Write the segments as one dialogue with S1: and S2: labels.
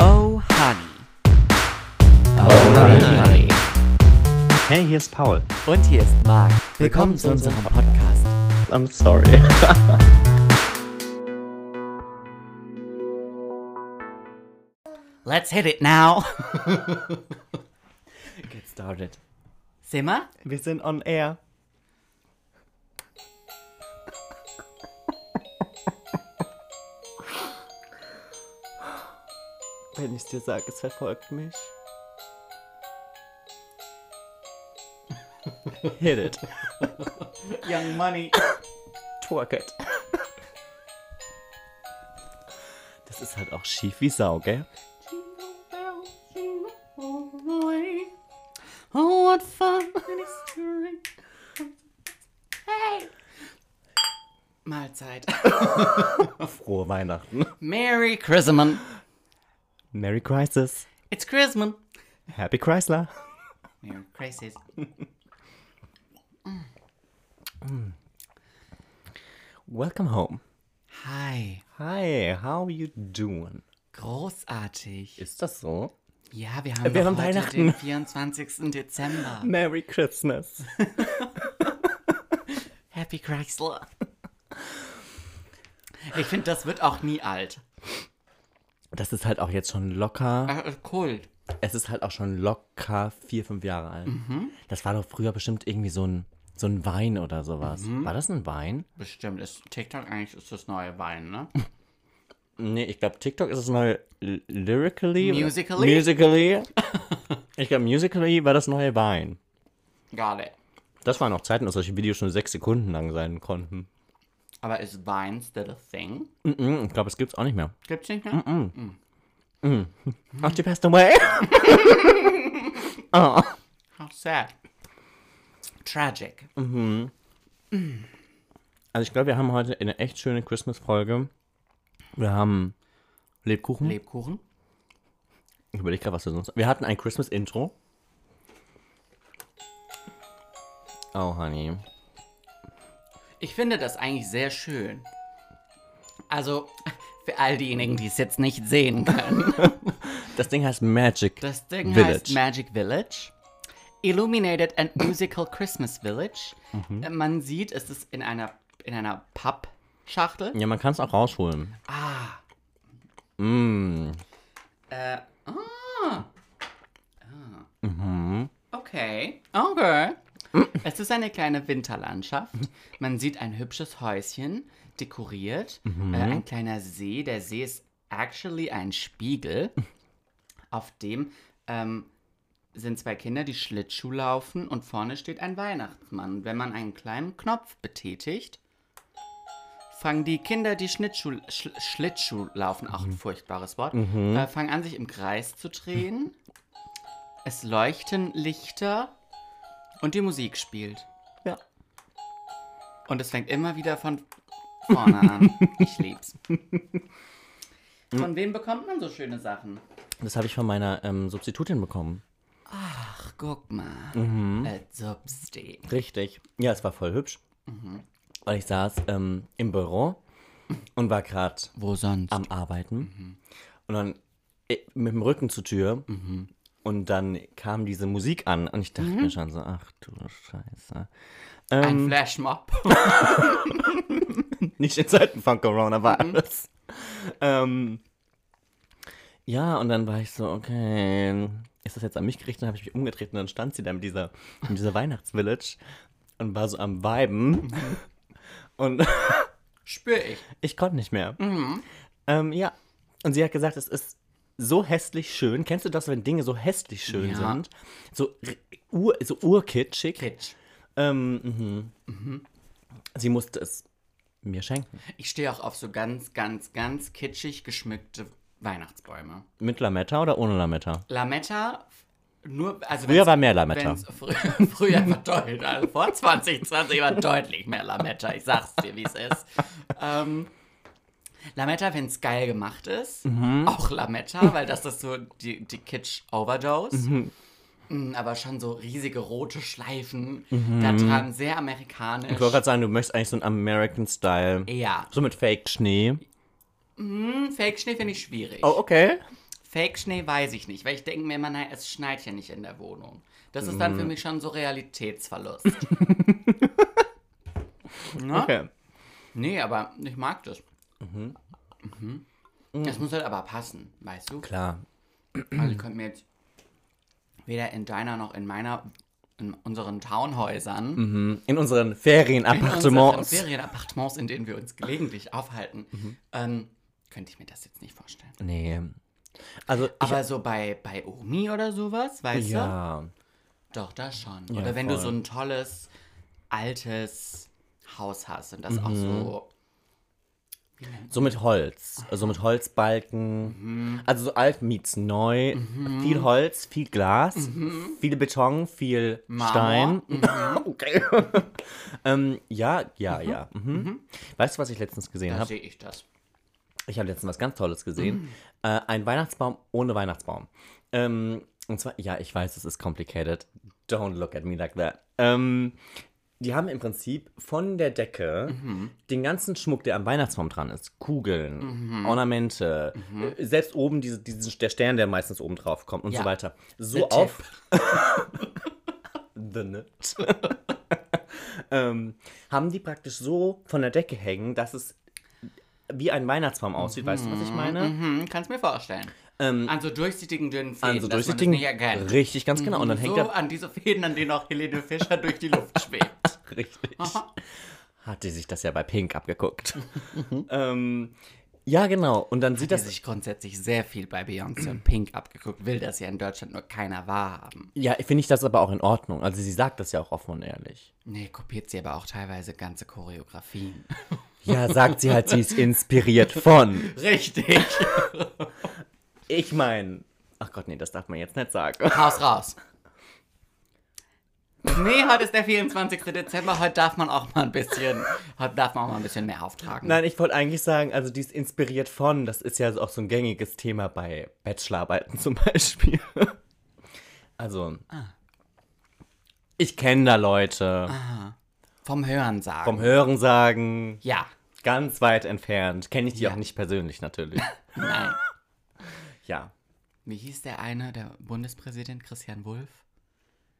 S1: Oh, Honey. Oh,
S2: Alright, honey.
S3: Hey, hier ist Paul.
S1: Und hier ist Marc. Willkommen zu unserem Podcast.
S3: I'm sorry.
S1: Let's hit it now. Get started. Simmer?
S3: Wir sind on air. Wenn ich dir sage, es verfolgt mich. Hit it.
S1: Young Money.
S3: Twerk it. Das ist halt auch schief wie Sau, gell?
S1: Oh, what fun it is to ride. Hey. Mahlzeit.
S3: Frohe Weihnachten.
S1: Merry Christmas.
S3: Merry Crisis.
S1: It's Christmas.
S3: Happy Chrysler.
S1: Merry Crisis.
S3: Welcome home.
S1: Hi.
S3: Hi, how you doing?
S1: Großartig.
S3: Ist das so?
S1: Ja, wir haben,
S3: Äh, Wir
S1: doch
S3: haben
S1: heute
S3: Weihnachten.
S1: den 24. Dezember.
S3: Merry Christmas.
S1: Happy Chrysler. Ich finde, das wird auch nie alt.
S3: Das ist halt auch jetzt schon locker.
S1: Äh, cool.
S3: Es ist halt auch schon locker vier, fünf Jahre alt. Das war doch früher bestimmt irgendwie so ein, so ein Wein oder sowas. War das ein Wein?
S1: Bestimmt. Ist TikTok eigentlich ist das neue Wein, ne?
S3: Nee, ich glaube, TikTok ist das neue L- Lyrically. oder-
S1: Musically?
S3: Musically. ich glaube, Musically war das neue Wein.
S1: Got it.
S3: Das waren auch Zeiten, dass solche Videos schon sechs Sekunden lang sein konnten.
S1: Aber ist Wein still a thing?
S3: Mhm, ich glaube, es gibt's auch nicht mehr.
S1: Gibt's nicht mehr?
S3: Ach, die passed away.
S1: How sad. Tragic.
S3: Mhm. Also ich glaube, wir haben heute eine echt schöne Christmas-Folge. Wir haben Lebkuchen.
S1: Lebkuchen.
S3: ich überlege gerade, was wir sonst... Wir hatten ein Christmas-Intro. Oh, Honey.
S1: Ich finde das eigentlich sehr schön. Also, für all diejenigen, die es jetzt nicht sehen können.
S3: Das Ding heißt Magic
S1: Das Ding heißt
S3: Village.
S1: Magic Village. Illuminated and Musical Christmas Village.
S3: Mhm.
S1: Äh, Man sieht, es ist in einer, in einer Pappschachtel.
S3: ja, man kann es auch rausholen.
S1: Okay, okay. Es ist eine kleine Winterlandschaft. Man sieht ein hübsches Häuschen, dekoriert. Äh, ein kleiner See. Der See ist actually ein Spiegel, auf dem ähm, sind zwei Kinder, die Schlittschuh laufen und vorne steht ein Weihnachtsmann. Wenn man einen kleinen Knopf betätigt, fangen die Kinder, die Schlittschuh, Schl Schlittschuh laufen, auch ein furchtbares Wort, äh, fangen an, sich im Kreis zu drehen. Es leuchten Lichter und die Musik spielt.
S3: Ja.
S1: Und es fängt immer wieder von vorne an. Ich lieb's. Von wem bekommt man so schöne Sachen?
S3: Das habe ich von meiner ähm, Substitutin bekommen.
S1: Ach, guck mal. Äh, Substi.
S3: Richtig. Ja, es war voll hübsch. Weil ich saß ähm, im Büro und war gerade
S1: Wo sonst?
S3: am Arbeiten. Und dann äh, mit dem Rücken zur Tür. Und dann kam diese Musik an und ich dachte mir schon so, ach du Scheiße.
S1: Ein Flashmob.
S3: Nicht in Zeiten von Corona war alles. Ähm, ja, und dann war ich so, okay, ist das jetzt an mich gerichtet? Dann habe ich mich umgedreht und dann stand sie da mit dieser, mit dieser Weihnachtsvillage und war so am Weiben. Und
S1: Spür ich.
S3: ich konnte nicht mehr. Ähm, ja, und sie hat gesagt, es ist so hässlich schön. Kennst du das, wenn Dinge so hässlich schön
S1: Ja.
S3: sind? So, r- ur, so urkitschig.
S1: Kitsch.
S3: Ähm, mhm. Sie musste es mir schenken.
S1: Ich stehe auch auf so ganz, ganz, ganz kitschig geschmückte Weihnachtsbäume.
S3: Mit Lametta oder ohne Lametta?
S1: Lametta, nur, also
S3: Früher
S1: wenn's-
S3: war mehr Lametta.
S1: Wenn's frü früher war deutlich, also vor 2020 war deutlich mehr Lametta. Ich sag's dir, wie es ist. Ähm, Lametta, wenn es geil gemacht ist.
S3: Mhm.
S1: Auch Lametta, weil das ist so die, die Kitsch-Overdose.
S3: Mhm.
S1: Mm, Aber schon so riesige rote Schleifen da dran, sehr amerikanisch.
S3: Mhm. Ich wollte gerade sagen, du möchtest eigentlich so einen American-Style.
S1: Ja, Hm,
S3: So mit Fake-Schnee.
S1: Fake-Schnee finde ich schwierig.
S3: Oh, okay.
S1: Fake-Schnee weiß ich nicht, weil ich denke mir immer, nein, es schneit ja nicht in der Wohnung. Das ist
S3: Mhm.
S1: dann für mich schon so Realitätsverlust. ne?
S3: Okay.
S1: Nee, aber ich mag das. Mhm. Es muss halt aber passen, weißt du?
S3: Klar.
S1: Also ihr könnt mir jetzt weder in deiner noch in meiner, in unseren Townhäusern
S3: In unseren
S1: unseren
S3: Ferienappartements.
S1: Ferienappartements, in denen wir uns gelegentlich aufhalten,
S3: Mhm.
S1: ähm, könnte ich mir das jetzt nicht vorstellen.
S3: nee. Also,
S1: Aber so bei, bei Omi oder sowas, weißt
S3: ich,
S1: du?
S3: ja.
S1: Doch, das schon. oder wenn du so
S3: voll.
S1: ein tolles, altes Haus hast und das
S3: Mhm.
S1: auch so.
S3: So mit Holz. Also mit Holzbalken. Also so alt meets neu. Viel Holz, viel Glas, viel Beton, viel
S1: Marmor. Mhm.
S3: Stein. okay. ähm, ja, ja, ja. Mhm. Weißt du, was ich letztens gesehen
S1: Da
S3: habe?
S1: sehe ich das.
S3: Ich habe letztens was ganz Tolles gesehen. Äh, ein Weihnachtsbaum ohne Weihnachtsbaum. Ähm, und zwar, ja, ich weiß, es ist complicated. Don't look at me like that. Ähm, die haben im Prinzip von der Decke den ganzen Schmuck, der am Weihnachtsbaum dran ist. Kugeln, Ornamente, äh, selbst oben diese, diesen, der Stern, der meistens oben drauf kommt und
S1: Ja.
S3: so weiter. So
S1: The
S3: auf. The Nut. ähm, haben die praktisch so von der Decke hängen, dass es wie ein Weihnachtsbaum aussieht. Weißt du, was ich meine?
S1: Mhm, kannst mir vorstellen. an so durchsichtigen, dünnen Fäden,
S3: Ähm, An so
S1: dass man
S3: durchsichtigen.
S1: das nicht erkennt. Mhm.
S3: Richtig, ganz genau. Und dann hängt
S1: so
S3: er
S1: an diese Fäden, an denen auch Helene Fischer durch die Luft schwebt.
S3: richtig.
S1: Aha.
S3: Hat die sich das ja bei Pink abgeguckt. ähm, ja, genau. Und dann sieht
S1: Dass
S3: das.
S1: Mhm. sich grundsätzlich sehr viel bei Beyoncé und Pink abgeguckt, will das ja in Deutschland nur keiner wahrhaben.
S3: Ja, finde ich das aber auch in Ordnung. Also sie sagt das ja auch offen und ehrlich.
S1: Nee, kopiert sie aber auch teilweise ganze Choreografien.
S3: Ja, sagt sie halt, sie ist inspiriert von.
S1: Richtig.
S3: Ich meine. Ach Gott, nee, das darf man jetzt nicht sagen.
S1: Haus raus. Nee, heute ist der 24. Dezember, heute darf man auch mal ein bisschen, heute darf man auch mal ein bisschen mehr auftragen.
S3: Nein, ich wollte eigentlich sagen, also die ist inspiriert von. Das ist ja auch so ein gängiges Thema bei Bachelorarbeiten zum Beispiel. Also.
S1: Ah.
S3: Ich kenne da Leute
S1: Vom Hören sagen.
S3: vom Hören sagen,
S1: ja.
S3: ganz weit entfernt. Kenne ich die
S1: Ja.
S3: auch nicht persönlich natürlich.
S1: Nein.
S3: ja.
S1: Wie hieß der eine, der Bundespräsident Christian Wulff?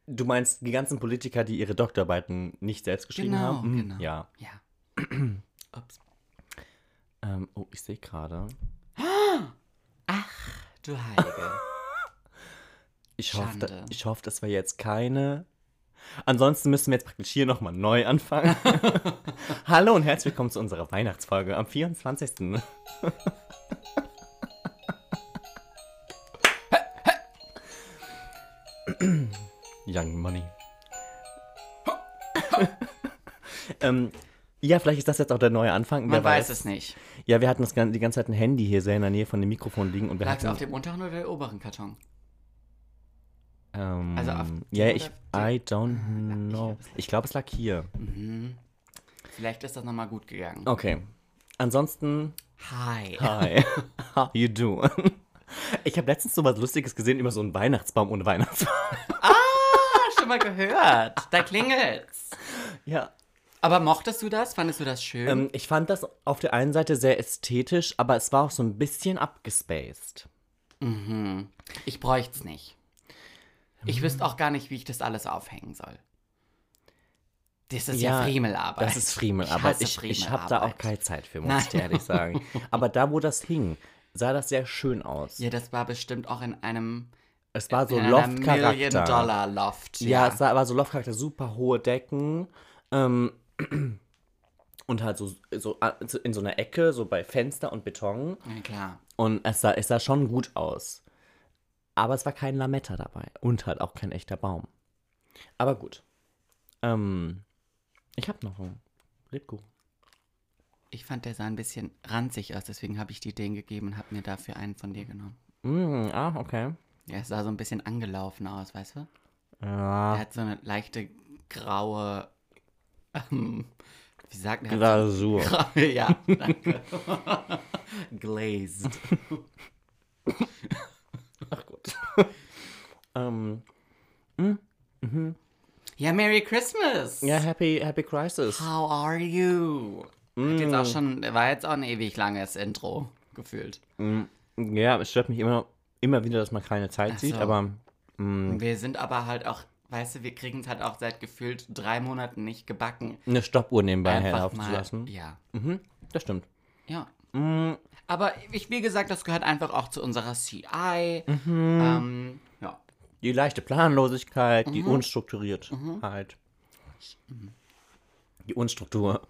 S3: Du meinst die ganzen Politiker, die ihre Doktorarbeiten nicht selbst geschrieben
S1: Genau,
S3: haben? Hm,
S1: genau.
S3: Ja.
S1: Ja. Ups.
S3: Ähm, oh, ich sehe gerade.
S1: Du Heilige.
S3: Ich hoffe, da,
S1: Schande.
S3: ich hoffe, dass wir jetzt keine. Ansonsten müssen wir jetzt praktisch hier nochmal neu anfangen. Hallo und herzlich willkommen zu unserer Weihnachtsfolge am 24. Young Money. ähm, ja, vielleicht ist das jetzt auch der neue Anfang.
S1: Man weiß es nicht.
S3: Ja, wir hatten das, gan- die ganze Zeit ein Handy hier sehr in der Nähe von dem Mikrofon liegen und wir
S1: Lag es
S3: hatten
S1: auf dem unteren oder dem oberen Karton?
S3: Ähm,
S1: Also auf
S3: ja,
S1: die Ah,
S3: ich,
S1: oder
S3: I don't know. Ich glaube, es lag hier.
S1: Vielleicht ist das nochmal gut gegangen.
S3: Okay. Ansonsten,
S1: Hi.
S3: hi, how you doing? Ich habe letztens so was Lustiges gesehen über so einen Weihnachtsbaum ohne Weihnachtsbaum.
S1: Ah, schon mal gehört. Da klingelt's.
S3: Ja.
S1: Aber mochtest du das? Fandest du das schön?
S3: Ähm, ich fand das auf der einen Seite sehr ästhetisch, aber es war auch so ein bisschen abgespaced.
S1: ich bräuchte es nicht.
S3: Ähm.
S1: Ich wüsste auch gar nicht, wie ich das alles aufhängen soll. Das ist ja,
S3: Ja,
S1: Friemelarbeit.
S3: Das ist Friemelarbeit.
S1: Ich,
S3: Ich,
S1: hasse
S3: ich, habe da auch
S1: Friemelarbeit.
S3: keine Zeit für, muss ich dir ehrlich sagen. Aber da, wo das hing, sah das sehr schön aus.
S1: Ja, das war bestimmt auch in einem
S3: Es war so
S1: in einer Million
S3: Also Loft-Charakter.
S1: Dollar Loft.
S3: Ja, es war, war so Loftcharakter, super hohe Decken. Ähm, und halt so, so a- so in so einer Ecke, so bei Fenster und Beton.
S1: ja klar.
S3: Und es sah, es sah schon gut aus. Aber es war kein Lametta dabei. Und halt auch kein echter Baum. Aber gut. Ähm, ich hab noch einen Lebkuchen.
S1: Ich fand, der sah ein bisschen ranzig aus, deswegen habe ich die denen gegeben und habe mir dafür einen von dir genommen.
S3: Mm, ah, okay.
S1: Ja, es sah so ein bisschen angelaufen aus, weißt du?
S3: Ja.
S1: Er hat so eine leichte graue. Ähm, wie sagt man? Er hat
S3: Glasur.
S1: so- ja, danke. Glazed.
S3: Ach gut. ähm,
S1: Ja, Merry Christmas!
S3: ja, Happy, Happy Crisis.
S1: How are you? Hat jetzt auch schon, war jetzt auch ein ewig langes Intro gefühlt.
S3: Ja, es stört mich immer noch, immer wieder, dass man keine Zeit
S1: Ach
S3: sieht,
S1: so.
S3: aber mh,
S1: Wir sind aber halt auch, weißt du, wir kriegen es halt auch seit gefühlt drei Monaten nicht gebacken.
S3: eine Stoppuhr nebenbei halt
S1: Einfach
S3: laufen zu
S1: mal.
S3: lassen.
S1: Ja.
S3: Mhm, das stimmt.
S1: Ja.
S3: Mm,
S1: Aber ich, wie gesagt, das gehört einfach auch zu unserer CI.
S3: Mhm.
S1: Ähm, ja.
S3: Die leichte Planlosigkeit, die Unstrukturiertheit. Die Unstruktur.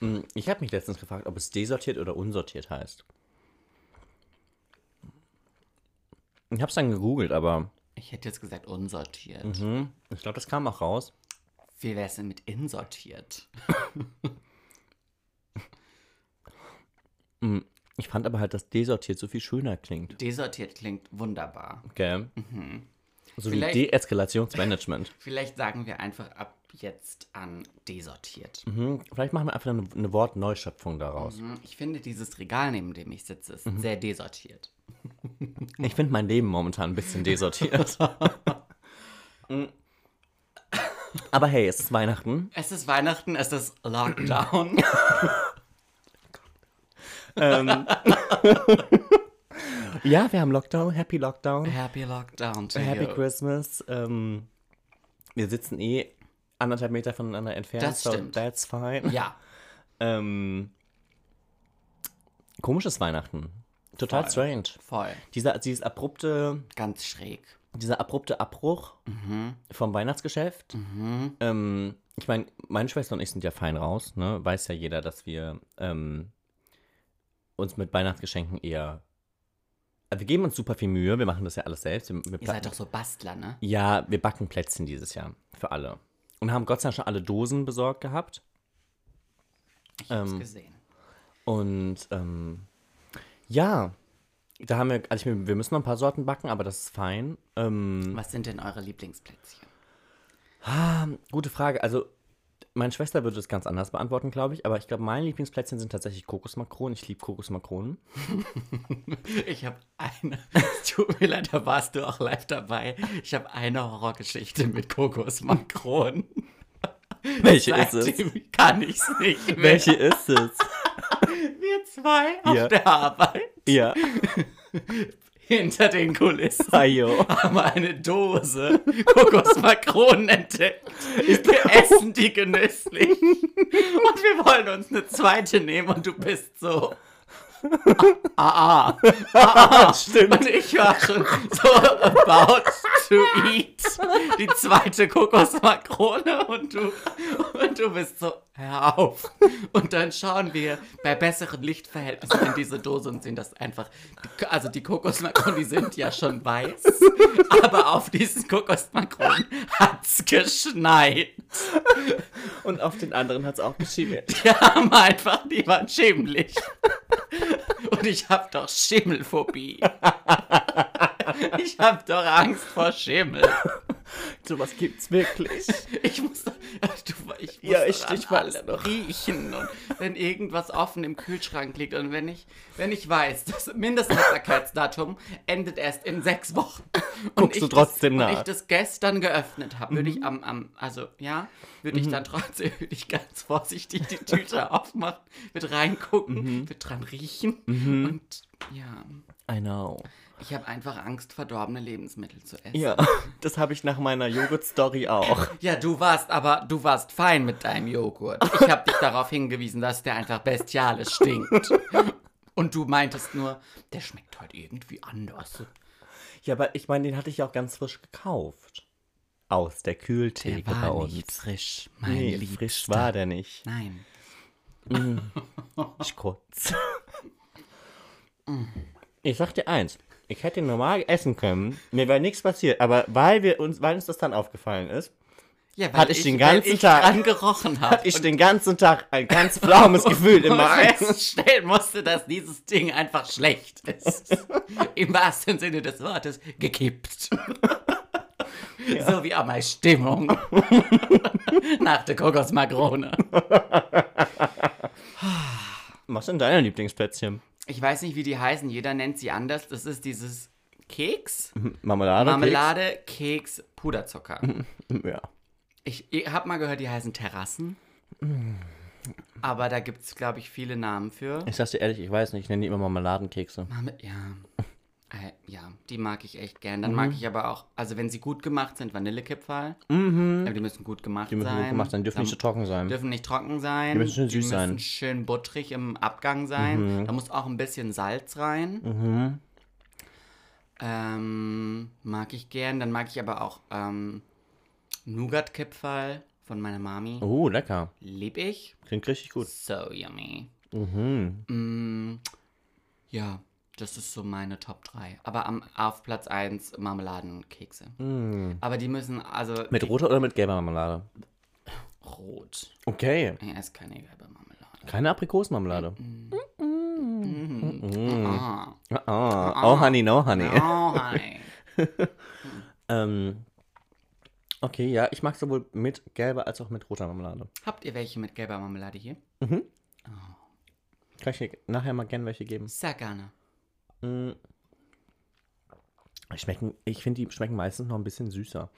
S3: Mm, ich habe mich letztens gefragt, ob es desortiert oder unsortiert heißt. Ich habe es dann gegoogelt, aber
S1: Ich hätte jetzt gesagt unsortiert.
S3: hm, ich glaube, das kam auch raus.
S1: Wie wäre es denn mit insortiert?
S3: Ich fand aber halt, dass desortiert so viel schöner klingt.
S1: Desortiert klingt wunderbar.
S3: Okay. So
S1: Vielleicht-
S3: wie Deeskalationsmanagement.
S1: Vielleicht sagen wir einfach ab jetzt an desortiert.
S3: Mhm. Vielleicht machen wir einfach eine, eine Wortneuschöpfung daraus.
S1: Mhm, Ich finde, dieses Regal, neben dem ich sitze, ist
S3: Mhm.
S1: sehr desortiert.
S3: Ich finde mein Leben momentan ein bisschen desortiert. Mhm. aber hey, es ist Weihnachten.
S1: Es ist Weihnachten, es ist Lockdown.
S3: Ja, wir haben Lockdown. Happy Lockdown.
S1: Happy Lockdown to
S3: Happy
S1: you.
S3: Christmas. Ähm, wir sitzen eh anderthalb Meter voneinander entfernt.
S1: Das stimmt.
S3: So that's fine.
S1: Ja,
S3: Ähm, komisches Weihnachten. Total
S1: Voll.
S3: strange.
S1: voll.
S3: Dieser, dieses abrupte,
S1: Ganz schräg.
S3: dieser abrupte Abbruch
S1: Mhm.
S3: vom Weihnachtsgeschäft. Ähm, ich meine, meine Schwester und ich sind ja fein raus, ne? Weiß ja jeder, dass wir ähm, uns mit Weihnachtsgeschenken eher. Also wir geben uns super viel Mühe, wir machen das ja alles selbst. Wir, wir
S1: Ihr seid doch so Bastler, ne?
S3: ja, wir backen Plätzchen dieses Jahr für alle. Und haben Gott sei Dank schon alle Dosen besorgt gehabt.
S1: Ich hab's
S3: Ähm,
S1: gesehen.
S3: Und ähm, ja, da haben wir, also ich, meine, wir müssen noch ein paar Sorten backen, aber das ist fein. Ähm,
S1: Was sind denn eure Lieblingsplätzchen?
S3: Ah, Gute Frage. Also, meine Schwester würde das ganz anders beantworten, glaube ich. Aber ich glaube, meine Lieblingsplätzchen sind tatsächlich Kokosmakronen. Ich liebe Kokosmakronen.
S1: Ich habe eine. Es tut mir leid, da warst du auch live dabei. Ich habe eine Horrorgeschichte mit Kokosmakronen.
S3: Welche
S1: Seitdem kann ich's nicht mehr.
S3: Welche ist es?
S1: Wir zwei auf
S3: Ja.
S1: der Arbeit
S3: ja.
S1: hinter den Kulissen
S3: Ayo.
S1: haben wir eine Dose Kokosmakronen entdeckt. Wir essen die genüsslich. Und wir wollen uns eine zweite nehmen und du bist so. Ah, ah, ah, ah.
S3: Stimmt.
S1: Und ich war schon so about to eat die zweite Kokosmakrone und du, und du bist so, hör auf. Und dann schauen wir bei besseren Lichtverhältnissen in diese Dose und sehen das einfach. die- Also die Kokosmakronen, die sind ja schon weiß, aber auf diesen Kokosmakronen hat's geschneit.
S3: Und auf den anderen hat es auch geschimmelt.
S1: Die haben einfach, die waren schimmelig. Und ich hab doch Schimmelphobie. Ich hab doch Angst vor Schimmel.
S3: So was gibt's wirklich.
S1: Ich muss, du, ich muss
S3: Ja, ich-
S1: doch an
S3: ich war
S1: alles
S3: da noch.
S1: riechen. Und wenn irgendwas offen im Kühlschrank liegt und wenn ich, wenn ich weiß, das Mindesthaltbarkeitsdatum endet erst in sechs Wochen. Und
S3: Guckst
S1: ich
S3: du
S1: das,
S3: trotzdem
S1: Und
S3: nach. Mhm.
S1: ich das gestern geöffnet habe, würde ich am, am, also ja, würde ich dann trotzdem, würde ich ganz vorsichtig die Tüte aufmachen, mit reingucken,
S3: Mhm.
S1: mit dran riechen und ja.
S3: I know.
S1: Ich habe einfach Angst, verdorbene Lebensmittel zu essen.
S3: Ja, das habe ich nach meiner Joghurt-Story auch.
S1: Ja, du warst aber, du warst fein mit deinem Joghurt. Ich habe dich darauf hingewiesen, dass der einfach bestialisch stinkt. Und du meintest nur, der schmeckt halt irgendwie anders.
S3: Ja, aber ich meine, den hatte ich ja auch ganz frisch gekauft. Aus der Kühltheke
S1: Der war
S3: bei uns.
S1: nicht frisch, mein
S3: Nee,
S1: Lieb.
S3: frisch war der nicht.
S1: Nein.
S3: Ich kurz. Ich sag dir eins. Ich hätte ihn normal essen können. Mir wäre nichts passiert. Aber weil, wir uns, weil uns das dann aufgefallen ist,
S1: Ja,
S3: Hatte ich den
S1: weil
S3: ganzen
S1: ich
S3: Tag.
S1: dran gerochen habe.
S3: hatte ich den ganzen Tag ein ganz flaumes Gefühl im Magen.
S1: feststellen musste, dass dieses Ding einfach schlecht ist. Im wahrsten Sinne des Wortes gekippt. So wie auch meine Stimmung nach der Kokosmakrone.
S3: Was sind deine Lieblingsplätzchen?
S1: ich weiß nicht, wie die heißen, jeder nennt sie anders. Das ist dieses Keks,
S3: Mhm. Marmelade?
S1: Marmelade, Keks, Puderzucker.
S3: Keks? Ja.
S1: Ich, ich habe mal gehört, die heißen Terrassen. Aber da gibt es, glaube ich, viele Namen für.
S3: Ich sag's dir ehrlich, ich weiß nicht, ich nenne die immer Marmeladenkekse.
S1: Mame- Ja. Äh, ja, die mag ich echt gern. Dann
S3: Mhm.
S1: mag ich aber auch, also wenn sie gut gemacht sind, Vanillekipferl. Aber die müssen gut gemacht
S3: Mhm. Die müssen
S1: sein.
S3: gut gemacht sein, dürfen nicht zu trocken sein.
S1: Dürfen nicht trocken sein. Die
S3: Hm. müssen schön süß
S1: müssen
S3: sein. Mhm.
S1: schön butterig im Abgang sein. Da muss auch ein bisschen Salz rein. Ähm, mag ich gern. Dann mag ich aber auch ähm, Nougat-Kipferl von meiner Mami.
S3: Oh, lecker.
S1: Lieb ich.
S3: Klingt richtig gut.
S1: So yummy.
S3: Mhm.
S1: Mm, ja, das ist so meine Top 3. Aber am, auf Platz 1 Marmeladenkekse. Aber die müssen, also
S3: Mhm. Mit roter oder mit gelber Marmelade?
S1: rot.
S3: Okay.
S1: Ich esse keine gelbe Marmelade.
S3: Keine Aprikosenmarmelade.
S1: Ah.
S3: Ah, ah. Oh, honey, no, honey.
S1: Oh, hi.
S3: Ähm, okay, ja, ich mag sowohl mit gelber als auch mit roter Marmelade.
S1: Habt ihr welche mit gelber Marmelade hier?
S3: Kann ich dir nachher mal gerne welche geben?
S1: Sehr gerne.
S3: Schmecken, ich finde, die schmecken meistens noch ein bisschen süßer.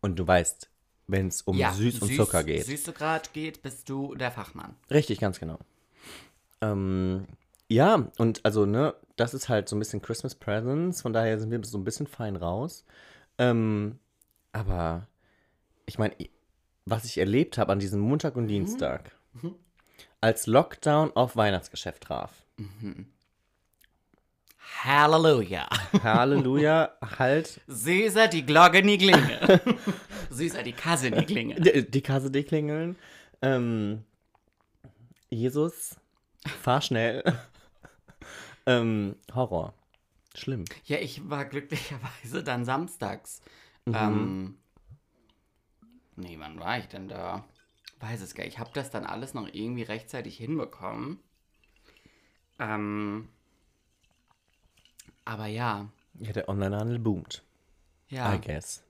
S3: Und du weißt, wenn es um Süß und Zucker geht.
S1: Süßegrad geht, bist du der Fachmann.
S3: Richtig, ganz genau. Ähm, ja, und also, ne, das ist halt so ein bisschen Christmas Presents, von daher sind wir so ein bisschen fein raus. Ähm, aber ich meine, i- was ich erlebt habe an diesem Montag und Dienstag, als Lockdown auf Weihnachtsgeschäft traf.
S1: Halleluja.
S3: Halleluja, halt
S1: Süßer die Glocke nie Klinge. Süßer die Kasse nie Klinge.
S3: die, die Kasse deklingeln. Ähm, Jesus, fahr schnell. ähm, Horror. Schlimm.
S1: Ja, ich war glücklicherweise dann samstags.
S3: Mhm.
S1: Ähm, nee, wann war ich denn da? Weiß es gar nicht. Ich habe das dann alles noch irgendwie rechtzeitig hinbekommen. Ähm, aber ja,
S3: Ja, der Onlinehandel boomt.
S1: ja.
S3: I guess.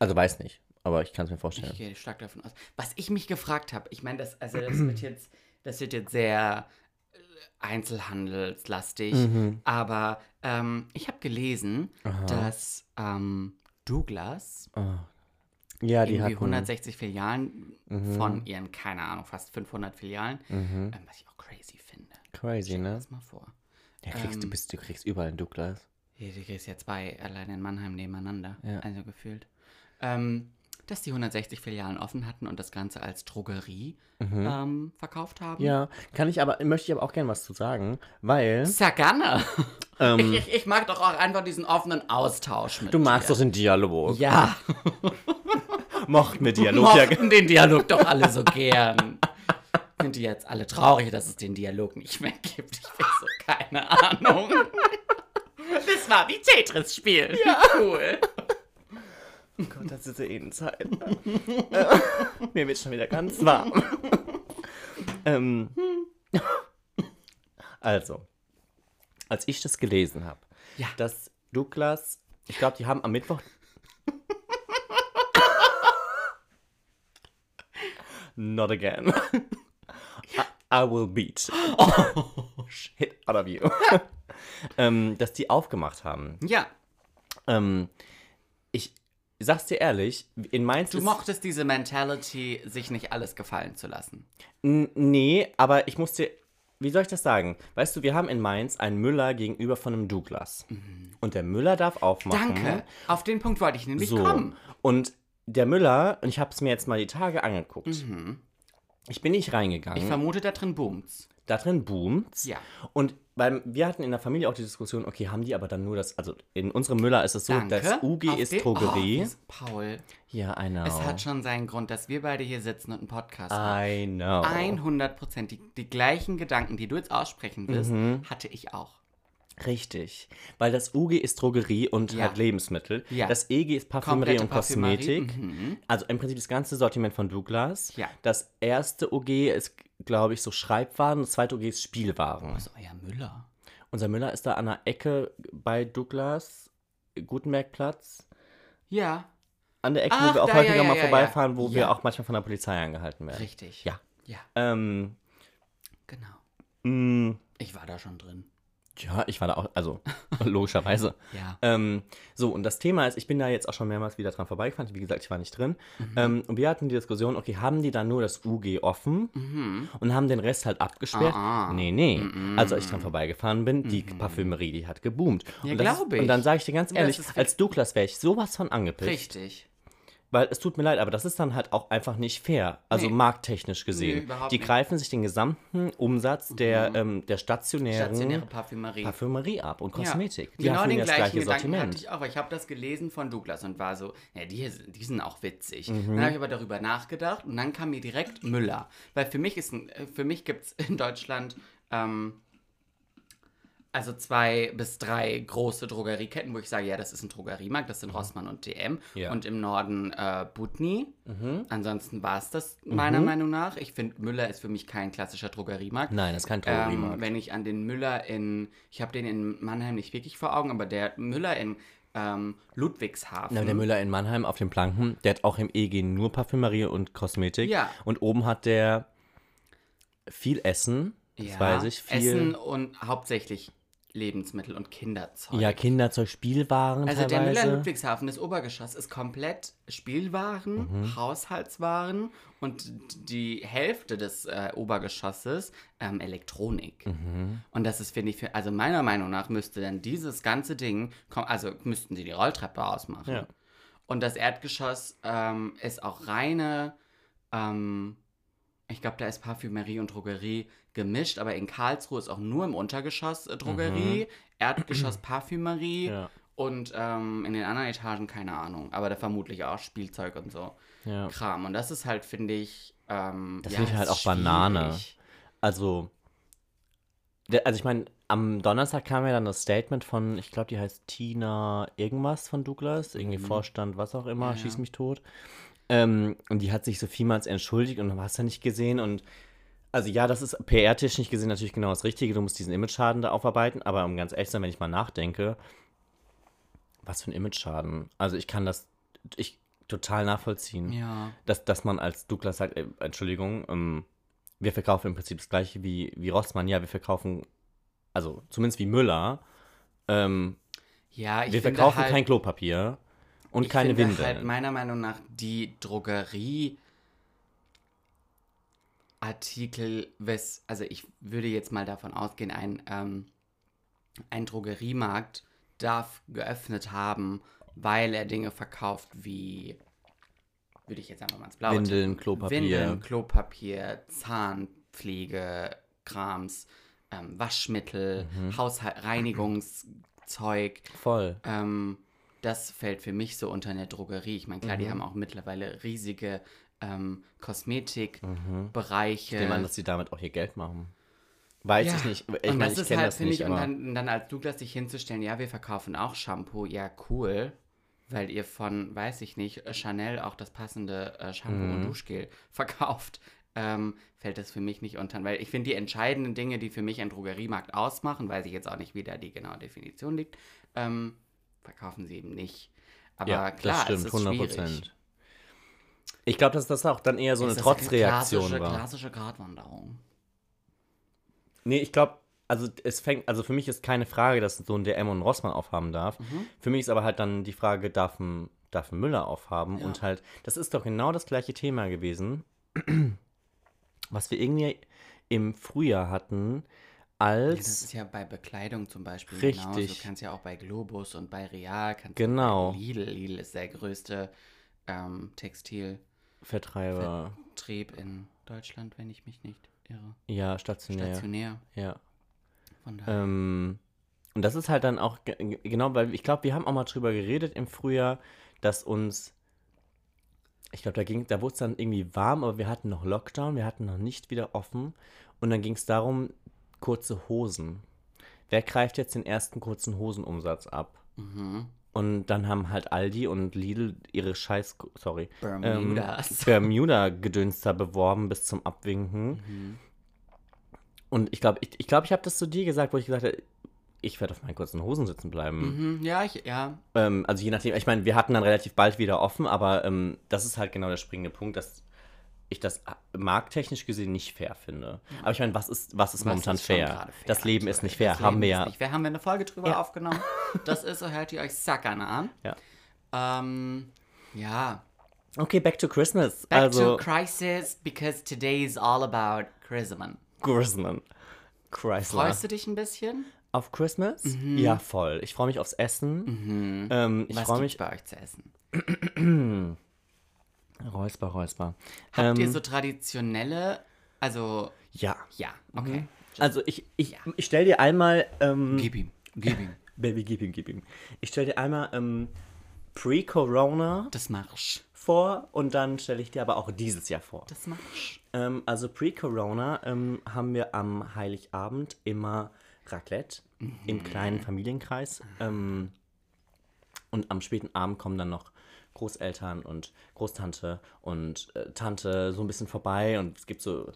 S3: Also weiß nicht, aber ich kann es mir vorstellen.
S1: Ich gehe stark davon aus. Was ich mich gefragt habe, ich meine, das, also das wird jetzt, das wird jetzt sehr äh, einzelhandelslastig,
S3: Mhm.
S1: aber ähm, ich habe gelesen, dass ähm, Douglas
S3: ja, Ah, die
S1: irgendwie
S3: hatten, Mhm.
S1: 160 Filialen von ihren, keine Ahnung, fast 500 Filialen, ähm, was ich auch crazy finde.
S3: crazy,
S1: Stell dir
S3: Mhm. ne?
S1: das mal vor.
S3: Ja, kriegst,
S1: Ähm.
S3: du, bist, du kriegst überall einen Douglas.
S1: Hier, du kriegst ja zwei allein in Mannheim nebeneinander,
S3: Ja.
S1: also gefühlt. Ähm, dass die 160 Filialen offen hatten und das Ganze als Drogerie ähm, verkauft haben.
S3: Mhm. Ja, kann ich aber, möchte ich aber auch gerne was zu sagen, weil
S1: Sehr gerne.
S3: ähm,
S1: Ich, ich, ich mag doch auch einfach diesen offenen Austausch mit
S3: du magst doch den Dialog.
S1: Ja,
S3: Mocht mir Dialog. ja,
S1: mochten den Dialog doch alle so gern. Sind die jetzt alle traurig, dass es den Dialog nicht mehr gibt? Ich weiß so keine Ahnung. Das war wie Tetris-Spiel. Ja. Cool.
S3: Gott, das ist ja eh eine Zeit. Mir wird schon wieder ganz warm. ähm, also, als ich das gelesen habe,
S1: Ja.
S3: dass Douglas, ich glaube, die haben am Mittwoch. Not again. I, I will beat shit out of you. ähm, dass die aufgemacht haben.
S1: Ja,
S3: Ähm, ich sag's dir ehrlich, in Mainz
S1: du
S3: ist-
S1: mochtest diese Mentality, sich nicht alles gefallen zu lassen.
S3: N- Nee, aber ich muss dir. Wie soll ich das sagen? Weißt du, wir haben in Mainz einen Müller gegenüber von einem Douglas. Und der Müller darf aufmachen.
S1: Mhm. Danke. Auf den Punkt wollte ich nämlich
S3: So.
S1: kommen.
S3: Und der Müller, und ich habe es mir jetzt mal die Tage angeguckt. Ich bin nicht
S1: Mhm. Ich
S3: reingegangen.
S1: vermute, da drin boomt's.
S3: da drin boomt.
S1: Ja.
S3: Und weil wir hatten in der Familie auch die Diskussion, okay, haben die aber dann nur das, also in unserem Müller ist es so,
S1: Danke.
S3: das UG
S1: Auf
S3: ist
S1: den- Oh,
S3: Drogerie. Oh.
S1: das- Paul,
S3: ja, I know.
S1: es hat schon seinen Grund, dass wir beide hier sitzen und einen Podcast machen.
S3: I know.
S1: 100 Prozent. Die, die gleichen Gedanken, die du jetzt aussprechen wirst,
S3: Mhm.
S1: hatte ich auch.
S3: Richtig. Weil das UG ist Drogerie und
S1: Ja.
S3: halt Lebensmittel.
S1: Ja.
S3: Das EG ist Parfümerie
S1: Komplette
S3: und
S1: Parfümerie, Mhm.
S3: Kosmetik. Also im Prinzip das ganze Sortiment von Douglas.
S1: Ja.
S3: Das erste UG ist, glaube ich, so Schreibwaren. Das zweite UG ist Spielwaren.
S1: Was ist euer Müller?
S3: Unser Müller ist da an der Ecke bei Douglas, Gutenbergplatz.
S1: Ja,
S3: An der Ecke,
S1: Ach,
S3: wo wir auch
S1: da,
S3: häufiger
S1: ja, ja,
S3: mal
S1: ja,
S3: vorbeifahren, wo
S1: ja.
S3: wir
S1: Ja.
S3: auch manchmal von der Polizei angehalten werden.
S1: richtig.
S3: Äh, Ja.
S1: Ja,
S3: Ähm,
S1: genau.
S3: mh,
S1: Ich war da schon drin.
S3: Ja, ich war da auch, also logischerweise.
S1: Ja.
S3: Ähm, so, und das Thema ist, ich bin da jetzt auch schon mehrmals wieder dran vorbeigefahren. Wie gesagt, ich war nicht drin.
S1: Mhm.
S3: Ähm, und wir hatten die Diskussion, okay, haben die dann nur das UG offen
S1: Mhm.
S3: und haben den Rest halt abgesperrt?
S1: Ah,
S3: Nee, nee. Also, als ich dran vorbeigefahren bin, die Parfümerie, die hat geboomt.
S1: Mhm. Ja,
S3: Und das-
S1: glaub ich.
S3: Und dann sage ich dir ganz
S1: das
S3: ehrlich,
S1: ist wirklich-
S3: als Douglas wäre ich sowas von angepisst.
S1: Richtig.
S3: Weil es tut mir leid, aber das ist dann halt auch einfach nicht fair. Also
S1: Nee.
S3: markttechnisch gesehen.
S1: Nee, überhaupt
S3: die
S1: nicht. Mhm.
S3: greifen sich den gesamten Umsatz der, ähm, der stationären
S1: Stationäre Parfümerie.
S3: Parfümerie ab und
S1: Ja.
S3: Kosmetik. Die
S1: genau
S3: haben
S1: den
S3: das
S1: gleichen
S3: gleiche
S1: Gedanken
S3: Sortiment.
S1: hatte ich auch. weil Ich habe das gelesen von Douglas und war so, ja, die, die sind auch witzig.
S3: Mhm.
S1: Dann habe ich aber darüber nachgedacht und dann kam mir direkt Müller. Weil für mich ist ein- äh, für mich gibt es in Deutschland ähm, also zwei bis drei große Drogerieketten, wo ich sage, ja, das ist ein Drogeriemarkt, das sind Rossmann und DM
S3: Mhm. Ja. Mhm.
S1: und im Norden äh, Butni. Ansonsten war es das meiner Meinung nach. Ich finde, Müller ist für mich kein klassischer Drogeriemarkt.
S3: Nein, das ist kein
S1: Ähm,
S3: Drogeriemarkt.
S1: wenn ich an den Müller in, ich habe den in Mannheim nicht wirklich vor Augen, aber der Müller in ähm, Ludwigshafen.
S3: Na, der Müller in Mannheim auf den Planken, der hat auch im EG nur Parfümerie und Kosmetik.
S1: Ja.
S3: Und oben hat der viel Essen, das
S1: ja,
S3: weiß ich, viel.
S1: Essen und hauptsächlich Lebensmittel und Kinderzeug.
S3: ja, Kinderzeug, Spielwaren
S1: also der
S3: teilweise.
S1: Müller in Ludwigshafen, das Obergeschoss, ist komplett Spielwaren,
S3: Mhm.
S1: Haushaltswaren und die Hälfte des äh, Obergeschosses ähm, Elektronik.
S3: Mhm.
S1: Und das ist, finde ich, für, also meiner Meinung nach müsste dann dieses ganze Ding, kom- also müssten sie die Rolltreppe ausmachen.
S3: Ja.
S1: Und das Erdgeschoss ähm, ist auch reine, ähm, ich glaube, da ist Parfümerie und Drogerie gemischt, aber in Karlsruhe ist auch nur im Untergeschoss äh, Drogerie, Erdgeschoss Parfümerie
S3: Mhm. Ja.
S1: und ähm, in den anderen Etagen keine Ahnung, aber da vermutlich auch Spielzeug und so
S3: Ja.
S1: Kram. Und das ist halt, finde ich, ähm,
S3: Das finde ich halt
S1: ist
S3: auch Banane.
S1: schwierig.
S3: Also, der, also ich meine, am Donnerstag kam ja dann das Statement von, ich glaube, die heißt Tina irgendwas von Douglas, irgendwie Vorstand, was auch immer,
S1: Mhm. Ja,
S3: schieß
S1: ja.
S3: mich tot. Ähm, und die hat sich so vielmals entschuldigt und hast du nicht gesehen und also ja, das ist PR-Tisch nicht gesehen natürlich genau das Richtige. Du musst diesen Image-Schaden da aufarbeiten, aber um ganz ehrlich zu sein, wenn ich mal nachdenke, was für ein Image-Schaden. Also ich kann das ich total nachvollziehen
S1: Ja.
S3: dass, dass man als Douglas sagt, ey, Entschuldigung, ähm, wir verkaufen im Prinzip das gleiche wie, wie Rossmann. Ja, wir verkaufen, also zumindest wie Müller, ähm,
S1: Ja, ich
S3: wir
S1: finde
S3: verkaufen
S1: halt,
S3: kein Klopapier und
S1: ich
S3: keine
S1: finde
S3: Windeln.
S1: halt meiner Meinung nach die Drogerie Artikel, wes, also ich würde jetzt mal davon ausgehen, ein, ähm, ein Drogeriemarkt darf geöffnet haben, weil er Dinge verkauft wie, würde ich jetzt einfach mal ins Blaue tippen.
S3: Windeln, Klopapier.
S1: Windeln, Klopapier, Zahnpflege, Krams, ähm, Waschmittel,
S3: Mhm.
S1: Haushalt, Reinigungszeug.
S3: Voll.
S1: Ähm, das fällt für mich so unter eine Drogerie. Ich meine, klar,
S3: Mhm.
S1: die haben auch mittlerweile riesige ähm, Kosmetikbereiche.
S3: Mhm. Ich nehme an, dass sie damit auch ihr Geld machen. Weiß ich nicht. Ich meine, ich kenne das
S1: finde
S3: nicht,
S1: ich, und
S3: aber
S1: dann, und dann als Douglas dich hinzustellen, ja, wir verkaufen auch Shampoo, ja, cool, weil ihr von, weiß ich nicht, Chanel auch das passende äh, Shampoo
S3: Mhm.
S1: und Duschgel verkauft, ähm, fällt das für mich nicht unter. Weil ich finde, die entscheidenden Dinge, die für mich einen Drogeriemarkt ausmachen, weiß ich jetzt auch nicht, wie da die genaue Definition liegt, ähm, verkaufen sie eben nicht. Aber
S3: ja,
S1: ah, klar,
S3: das
S1: es
S3: stimmt,
S1: ist
S3: 100
S1: schwierig.
S3: Prozent. Ich glaube, dass das auch dann eher so eine
S1: Es ist
S3: Trotzreaktion
S1: klassische,
S3: war.
S1: Klassische Gratwanderung.
S3: Nee, ich glaube, also es fängt, also für mich ist keine Frage, dass so ein DM und ein Rossmann aufhaben darf.
S1: Mhm.
S3: Für mich ist aber halt dann die Frage, darf ein, darf ein Müller aufhaben?
S1: Ja.
S3: Und halt, das ist doch genau das gleiche Thema gewesen, was wir irgendwie im Frühjahr hatten,
S1: Ja, das
S3: als
S1: ist ja bei Bekleidung zum Beispiel genauso. Du
S3: Richtig.
S1: kannst ja auch bei Globus und bei Real, kannst
S3: Genau.
S1: du bei Lidl, Lidl ist der größte ähm, Textiltrieb
S3: Vertreiber,
S1: in Deutschland, wenn ich mich nicht irre.
S3: ja, stationär.
S1: Stationär.
S3: Ja.
S1: Von daher.
S3: Ähm, und das ist halt dann auch, ge- ge- genau, weil ich glaube, wir haben auch mal drüber geredet im Frühjahr, dass uns, ich glaube, da ging, da wurde es dann irgendwie warm, aber wir hatten noch Lockdown, wir hatten noch nicht wieder offen. Und dann ging es darum, kurze Hosen. Wer greift jetzt den ersten kurzen Hosenumsatz ab? ähm,
S1: Mhm.
S3: Und dann haben halt Aldi und Lidl ihre scheiß, sorry, ähm,
S1: Bermudas.
S3: Bermuda-Gedönster beworben bis zum Abwinken.
S1: Mhm.
S3: Und ich glaube, ich, ich, glaub, ich habe das zu dir gesagt, wo ich gesagt habe, ich werde auf meinen kurzen Hosen sitzen bleiben.
S1: Mhm. Ja, ich, ja.
S3: Ähm, also je nachdem, ich meine, wir hatten dann relativ bald wieder offen, aber ähm, das ist halt genau der springende Punkt, dass ich das markttechnisch gesehen nicht fair finde. Aber ich meine, was ist, was ist
S1: Was
S3: momentan
S1: ist schon
S3: fair?
S1: gerade fair
S3: Das Leben ist nicht fair.
S1: Das Leben
S3: Haben wir
S1: ist
S3: ja.
S1: nicht. Wir haben wir eine Folge drüber aufgenommen. Das ist so, hört ihr euch Sackern an.
S3: ja.
S1: Ähm, ja.
S3: Okay, back to Christmas.
S1: Back to
S3: also,
S1: crisis, because today is all about Christmas.
S3: Christmas. Chrysler.
S1: Freust du dich ein bisschen?
S3: Auf Christmas? Ja, voll. Ich freue mich aufs Essen. Ähm, ich
S1: Mhm. Was
S3: freue
S1: gibt's
S3: mich.
S1: bei euch zu essen?
S3: Räusper, räusper.
S1: Habt ihr
S3: Ähm,
S1: so traditionelle, also,
S3: ja.
S1: ja, okay.
S3: Also ich, ich, ich stell dir einmal. Ähm,
S1: Gib ihm, gib ihm.
S3: Baby, gib ihm, gib ihm. Ich stell dir einmal ähm, Pre-Corona
S1: Das Marsch.
S3: vor und dann stelle ich dir aber auch dieses Jahr vor.
S1: Das Marsch.
S3: Ähm, also pre-Corona ähm, haben wir am Heiligabend immer Raclette
S1: Mhm.
S3: im kleinen Familienkreis. Ähm, und am späten Abend kommen dann noch Großeltern und Großtante und äh, Tante so ein bisschen vorbei und es gibt so.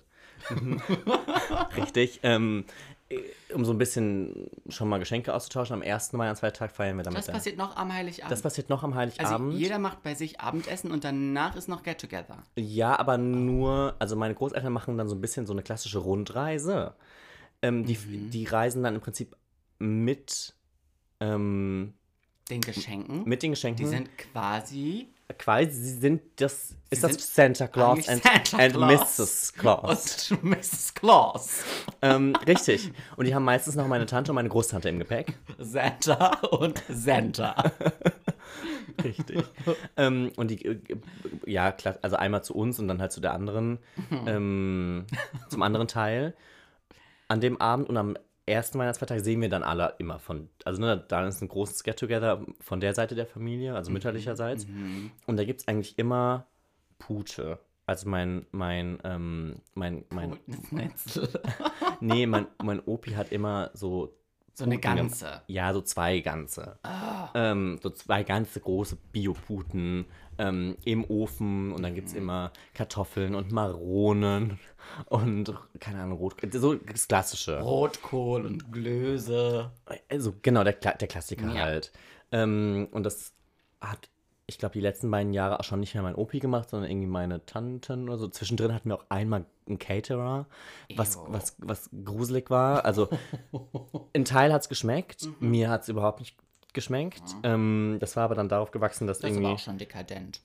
S3: Richtig. Ähm, äh, um so ein bisschen schon mal Geschenke auszutauschen. Am ersten Mal, am zweiten Tag feiern wir dann
S1: Das
S3: mit der-
S1: passiert noch am Heiligabend.
S3: Das passiert noch am
S1: also
S3: Heiligabend.
S1: jeder macht bei sich Abendessen und danach ist noch Get Together.
S3: Ja, aber nur, also meine Großeltern machen dann so ein bisschen so eine klassische Rundreise. Ähm, die,
S1: Mhm.
S3: die reisen dann im Prinzip mit, ähm,
S1: Den Geschenken.
S3: mit den Geschenken.
S1: Die sind quasi
S3: quasi, sie sind das, ist
S1: sind
S3: das Santa Claus
S1: eigentlich
S3: and,
S1: Santa
S3: and
S1: Claus.
S3: Mrs. Claus.
S1: und Mrs. Claus.
S3: ähm, richtig. Und die haben meistens noch meine Tante und meine Großtante im Gepäck.
S1: Santa und Santa.
S3: Richtig. ähm, und die, äh, ja, klar, also einmal zu uns und dann halt zu der anderen, ähm, zum anderen Teil. An dem Abend und am ersten Weihnachtsfeiertag sehen wir dann alle immer von, also ne, da ist ein großes Get-Together von der Seite der Familie, also mütterlicherseits. Und da gibt es eigentlich immer Pute. Also mein, mein, ähm, mein, mein, nee, mein, mein Opi hat immer so
S1: So eine
S3: Puten gem-
S1: ganze.
S3: ja, so zwei ganze. Ähm, so zwei ganze große Bioputen ähm, im Ofen und dann gibt es immer Kartoffeln und Maronen und keine Ahnung, Rot. So das Klassische.
S1: Rotkohl und Glöse.
S3: Also genau, der, Kla- der Klassiker
S1: Ja.
S3: halt. Ähm, und das hat, ich glaube, die letzten beiden Jahre auch schon nicht mehr mein Opi gemacht, sondern irgendwie meine Tanten oder so. Zwischendrin hatten wir auch einmal einen Caterer, was,
S1: Ew.
S3: was, was gruselig war. Also ein Teil hat es geschmeckt,
S1: Mhm.
S3: mir hat es überhaupt nicht geschmeckt. Ähm, das war aber dann darauf gewachsen, dass
S1: Das ist
S3: irgendwie.
S1: aber auch schon dekadent.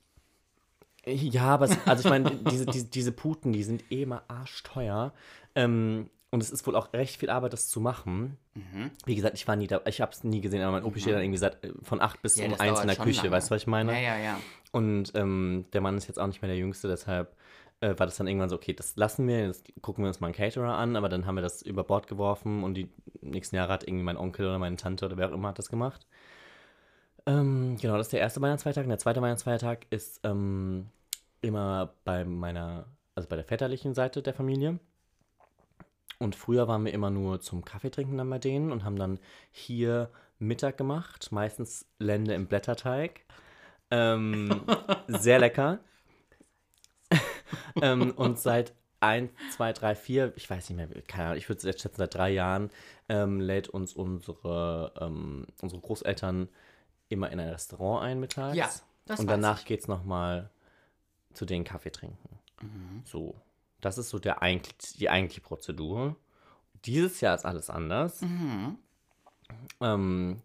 S3: Ja, aber es, also ich meine, diese, diese, diese Puten, die sind eh immer arschteuer. Ähm, und es ist wohl auch recht viel Arbeit, das zu machen.
S1: Mhm.
S3: Wie gesagt, ich war nie da, ich habe es nie gesehen, aber mein Opi steht dann irgendwie seit, äh, von acht bis
S1: Ja,
S3: um
S1: das
S3: eins
S1: dauert
S3: in der
S1: schon
S3: Küche,
S1: lange.
S3: weißt du, was ich meine?
S1: Ja, ja, ja.
S3: Und ähm, der Mann ist jetzt auch nicht mehr der Jüngste, deshalb äh, war das dann irgendwann so, okay, das lassen wir, jetzt gucken wir uns mal einen Caterer an, aber dann haben wir das über Bord geworfen und die nächsten Jahre hat irgendwie mein Onkel oder meine Tante oder wer auch immer hat das gemacht. Ähm, genau, das ist der erste Weihnachtsfeiertag und der zweite Weihnachtsfeiertag ist ähm, immer bei meiner, also bei der väterlichen Seite der Familie. Und früher waren wir immer nur zum Kaffeetrinken dann bei denen und haben dann hier Mittag gemacht, meistens Lende im Blätterteig. Ähm, sehr lecker. ähm, und seit 1, 2, 3, 4, ich weiß nicht mehr, keine Ahnung, ich würde es jetzt schätzen, seit drei Jahren ähm, lädt uns unsere, ähm, unsere Großeltern immer in ein Restaurant ein mittags.
S1: Ja, das
S3: Und
S1: weiß
S3: danach geht es nochmal zu denen Kaffee trinken.
S1: Mhm.
S3: So, das ist so der eigentlich, die eigentliche Prozedur. Dieses Jahr ist alles anders.
S1: Mhm.
S3: Ähm,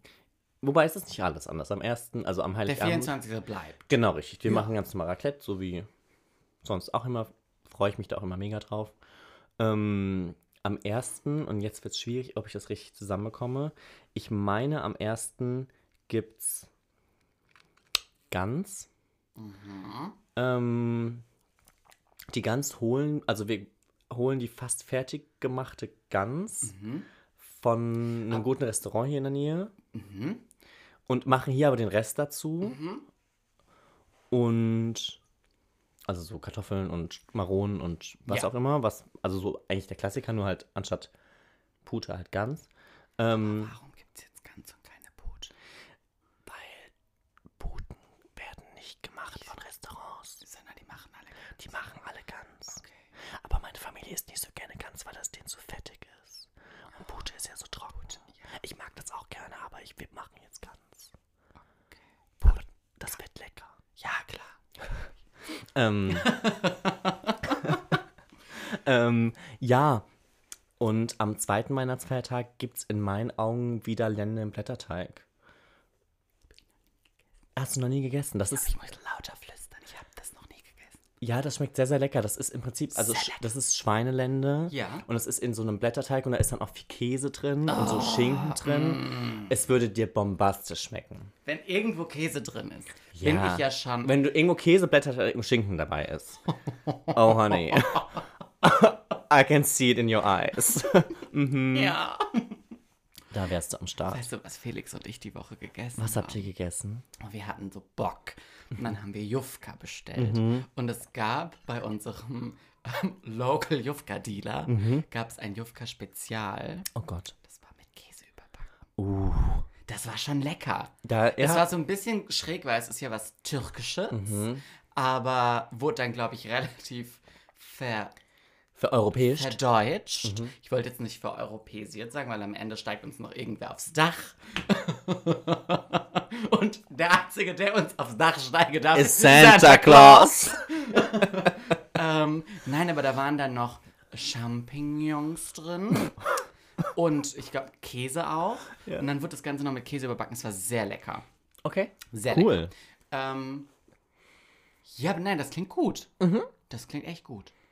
S3: wobei ist es nicht alles anders. Am ersten, also am
S1: Der
S3: Heiligabend.
S1: 24. bleibt.
S3: Genau, richtig. Wir machen ganz normal Raclette, so wie sonst auch immer. Freue ich mich da auch immer mega drauf. Ähm, am 1. und jetzt wird es schwierig, ob ich das richtig zusammenbekomme. Ich meine, am 1. gibt's Gans. Ähm, die Gans holen, also wir holen die fast fertig gemachte Gans von einem guten Restaurant hier in der Nähe
S1: Hm?
S3: und machen hier aber den Rest dazu. Und also so Kartoffeln und Maronen und was
S1: Ja.
S3: auch immer, was also so eigentlich der Klassiker, nur halt anstatt Pute halt Gans. Ähm,
S1: Warum gibt es jetzt ganz und kleine Boote?
S3: Puten werden nicht gemacht von Restaurants.
S1: Sondern die machen alle.
S3: Die machen alle Gans. Aber meine Familie isst nicht so gerne Gans, weil das denen zu fettig ist. Und Pute ist ja so trocken. Ich mag das auch gerne, aber ich, wir machen jetzt Gans. Aber das wird lecker.
S1: Ja, klar.
S3: Ähm, Ähm, ja, und am zweiten Weihnachtsfeiertag gibt es in meinen Augen wieder Lende im Blätterteig. Hast du noch nie gegessen? Das ist,
S1: Ich muss lauter flüstern. Ich habe das noch nie gegessen.
S3: ja, das schmeckt sehr, sehr lecker. Das ist im Prinzip, also sch- das ist Schweinelende.
S1: Ja.
S3: Und es ist in so einem Blätterteig und da ist dann auch viel Käse drin und so Schinken drin. Es würde dir bombastisch schmecken.
S1: Wenn irgendwo Käse drin ist, bin ich ja schon.
S3: Wenn du irgendwo Käse, Blätterteig und Schinken dabei ist. Oh, honey. I can see it in your eyes.
S1: ja.
S3: Da wärst du am Start.
S1: Weißt du, was Felix und ich die Woche gegessen
S3: Was
S1: haben?
S3: habt ihr gegessen?
S1: Und Wir hatten so Bock. Und dann haben wir Jufka bestellt.
S3: Mhm.
S1: Und es gab bei unserem ähm, Local Jufka-Dealer
S3: Mhm.
S1: gab es ein Jufka-Spezial.
S3: Oh Gott.
S1: Das war mit Käse überbacken. Das war schon lecker.
S3: Uh. Da, ja,
S1: Es war so ein bisschen schräg, weil es ist ja was Türkisches.
S3: Mhm.
S1: Aber wurde dann, glaube ich, relativ ver
S3: für europäisch.
S1: verdeutscht.
S3: Mhm.
S1: Ich wollte jetzt nicht vereuropäisiert sagen, weil am Ende steigt uns noch irgendwer aufs Dach. Und der Einzige, der uns aufs Dach steigen darf,
S3: Ist Santa Claus.
S1: Ähm, nein, aber da waren dann noch Champignons drin. Und ich glaube, Käse auch. Und dann wird das Ganze noch mit Käse überbacken. Es war sehr lecker.
S3: Okay.
S1: Sehr lecker.
S3: Cool.
S1: Ähm, ja, aber nein, das klingt gut. Das klingt echt gut. Ich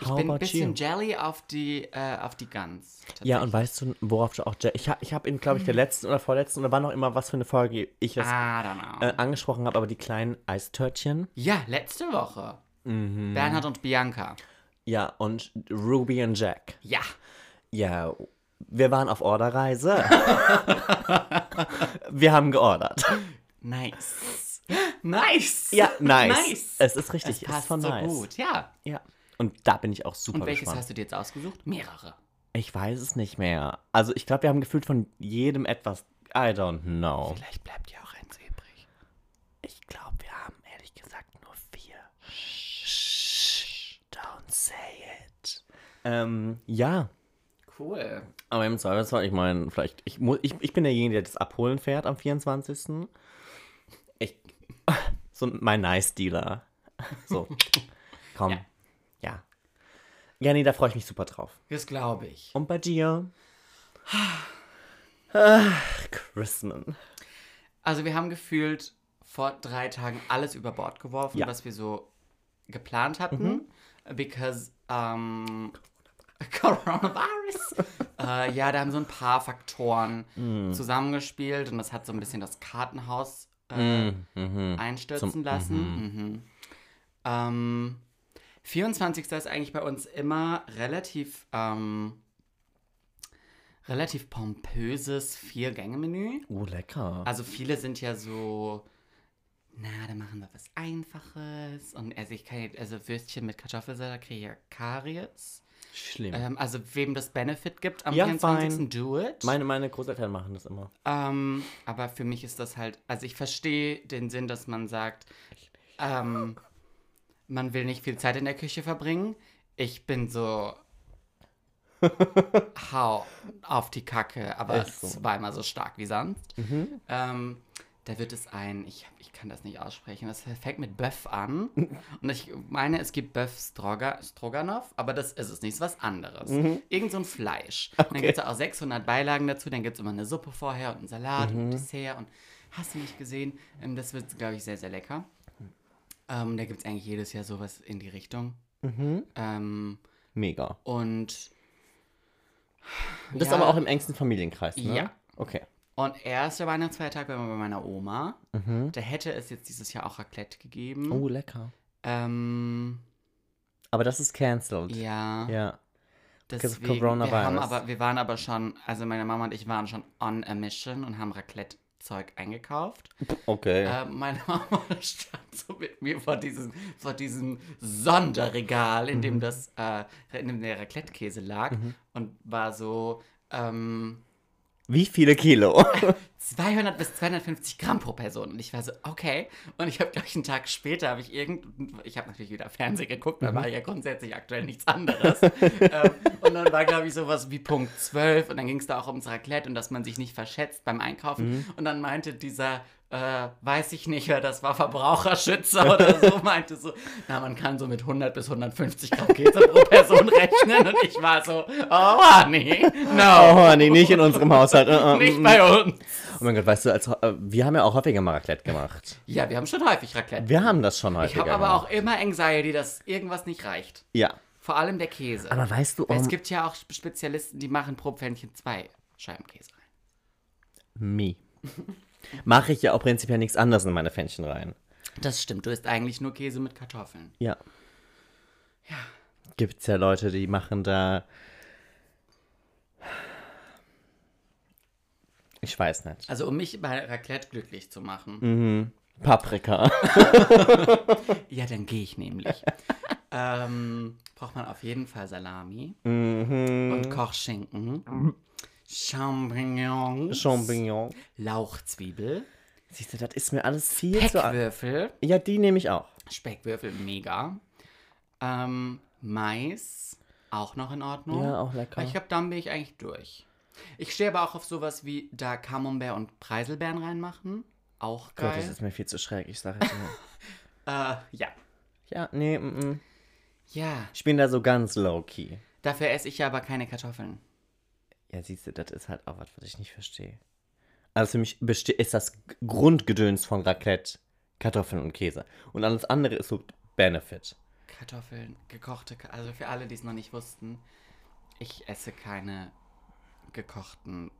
S3: Mhm. How
S1: bin ein
S3: about
S1: bisschen jelly auf die, äh, auf die Gans.
S3: Ja, und weißt du, worauf du auch. Jack- Ich, ha- ich habe in, glaube ich, der
S1: Mhm.
S3: letzten oder vorletzten oder war noch immer, was für eine Folge ich das
S1: Ah, I don't know.
S3: äh, angesprochen habe, aber die kleinen Eistörtchen.
S1: Ja, letzte Woche.
S3: Mhm.
S1: Bernhard und Bianca.
S3: Ja, und Ruby und Jack.
S1: Ja.
S3: Ja, wir waren auf Orderreise. wir haben geordert.
S1: Nice. Nice.
S3: Ja, nice.
S1: Nice.
S3: Es ist richtig. Es
S1: Passt
S3: ist von
S1: so
S3: nice.
S1: gut. Ja.
S3: Ja. Und da bin ich auch super
S1: Und welches
S3: gespannt.
S1: hast du dir jetzt ausgesucht? Mehrere.
S3: Ich weiß es nicht mehr. Also ich glaube, wir haben gefühlt von jedem etwas. I don't know.
S1: Vielleicht bleibt ja auch eins übrig.
S3: Ich glaube, wir haben ehrlich gesagt nur vier. Don't say it. Ähm, ja.
S1: Cool.
S3: Aber im Zweifelsfall, ich meine, vielleicht, ich, mu- ich, ich bin derjenige, der das abholen fährt am 24. Ich, so mein Nice-Dealer. So, komm. Ja. ja. Ja, nee, da freue ich mich super drauf.
S1: Das glaube ich.
S3: Und bei dir? Ach, Chrisman.
S1: Also wir haben gefühlt vor drei Tagen alles über Bord geworfen,
S3: Ja.
S1: was wir so geplant hatten, because ähm, Coronavirus. äh, ja, da haben so ein paar Faktoren zusammengespielt und das hat so ein bisschen das Kartenhaus äh, einstürzen lassen. Mhm. Ähm, 24. ist eigentlich bei uns immer relativ ähm, relativ pompöses Vier-Gänge-Menü.
S3: Oh, lecker.
S1: Also viele sind ja so, na, dann machen wir was Einfaches. Und also ich kann jetzt, also Würstchen mit Kartoffelsalat kriege ich ja Karies.
S3: Schlimm.
S1: Ähm, also wem das Benefit gibt am
S3: Ja,
S1: 24. do it.
S3: meine, meine Großeltern machen das immer.
S1: Ähm, aber für mich ist das halt, also ich verstehe den Sinn, dass man sagt, ähm, man will nicht viel Zeit in der Küche verbringen. Ich bin so, hau auf die Kacke, aber
S3: Ist so. Mhm.
S1: zweimal so stark wie sonst. Ähm, da wird es ein, ich, ich kann das nicht aussprechen, das fängt mit Böff an. Und ich meine, es gibt Böff Stroga, Stroganoff, aber das ist es nicht, es ist was anderes.
S3: Mhm.
S1: Irgend so ein Fleisch. Und dann gibt es auch 600 Beilagen dazu, dann gibt es immer eine Suppe vorher und einen Salat
S3: Mhm.
S1: und ein Dessert und hast du nicht gesehen. Ähm, Das wird, glaube ich, sehr, sehr lecker. Ähm, da gibt es eigentlich jedes Jahr sowas in die Richtung. Ähm,
S3: Mega.
S1: und
S3: Das ist
S1: Ja.
S3: aber auch im engsten Familienkreis, ne?
S1: Ja.
S3: Okay.
S1: Und erster Weihnachtsfeiertag war wir bei meiner Oma. Da hätte es jetzt dieses Jahr auch Raclette gegeben.
S3: Mhm. Oh, lecker.
S1: Ähm,
S3: Aber das ist cancelled.
S1: ja,
S3: Ja. because of
S1: deswegen. Wir,
S3: coronavirus.
S1: haben aber, wir waren aber schon, also meine Mama und ich waren schon on a mission und haben Raclette-Zeug eingekauft.
S3: Okay.
S1: Äh, meine Mama stand so mit mir vor diesem, vor diesem Sonderregal, in dem das, äh, in dem der Raclette-Käse lag und war so, ähm,
S3: Wie viele Kilo?
S1: 200 bis 250 Gramm pro Person. Und ich war so, okay. Und ich habe, glaube ich, einen Tag später, habe ich irgend... Ich habe natürlich wieder Fernsehen geguckt, da war ja grundsätzlich aktuell nichts anderes. ähm, und dann war, glaube ich, sowas wie Punkt 12. Und dann ging es da auch ums Raclette und dass man sich nicht verschätzt beim Einkaufen. Und dann meinte dieser äh, weiß ich nicht, äh, das war Verbraucherschützer oder so, meinte so, na, man kann so mit 100 bis 150 Gramm Käse pro Person rechnen. Und ich war so, oh, honey, no,
S3: Oh, nee, nicht in unserem Haushalt. Äh, äh,
S1: nicht
S3: mm,
S1: bei uns.
S3: mm. Oh mein Gott, weißt du, als, äh, wir haben ja auch häufiger mal Raclette gemacht.
S1: Ja, wir haben schon häufig Raclette.
S3: Wir genau. haben das schon
S1: Ich
S3: häufiger
S1: habe aber
S3: gemacht.
S1: auch immer Anxiety, dass irgendwas nicht reicht.
S3: Ja.
S1: Vor allem der Käse.
S3: Aber weißt du, oh,
S1: es gibt ja auch Spezialisten, die machen pro Pfännchen zwei Scheibenkäse rein.
S3: me. Mache ich ja auch prinzipiell nichts anderes in meine Pfännchen rein.
S1: Das stimmt, du isst eigentlich nur Käse mit Kartoffeln.
S3: Ja. Ja. Gibt's ja Leute, die machen da. Ich weiß nicht.
S1: Also um mich bei Raclette glücklich zu machen.
S3: Mhm. Paprika.
S1: Ja, dann gehe ich nämlich. ähm, braucht man auf jeden Fall Salami
S3: Mhm.
S1: und Kochschinken, Champignons,
S3: Champignon.
S1: Lauchzwiebel,
S3: Siehst du, das ist mir alles viel zu. a-
S1: Speckwürfel,
S3: Ja, die nehme ich auch.
S1: Speckwürfel, mega. Ähm, Mais, auch noch in Ordnung.
S3: Ja, auch lecker.
S1: Ich glaube, dann bin ich eigentlich durch. Ich stehe aber auch auf sowas wie da Camembert und Preiselbeeren reinmachen. Auch
S3: Gott, das
S1: geil.
S3: ist mir viel zu schräg. Ich sage jetzt mal.
S1: äh, ja.
S3: ja, nee, mm, mm.
S1: Ja,
S3: Ich bin da so ganz low-key.
S1: dafür esse ich ja aber keine Kartoffeln.
S3: Ja, siehst du, das ist halt auch was, was ich nicht verstehe. Also für mich beste- ist das G- Grundgedöns von Raclette Kartoffeln und Käse. Und alles andere ist so Benefit.
S1: Kartoffeln, gekochte, Ka- also für alle, die es noch nicht wussten, ich esse keine gekochten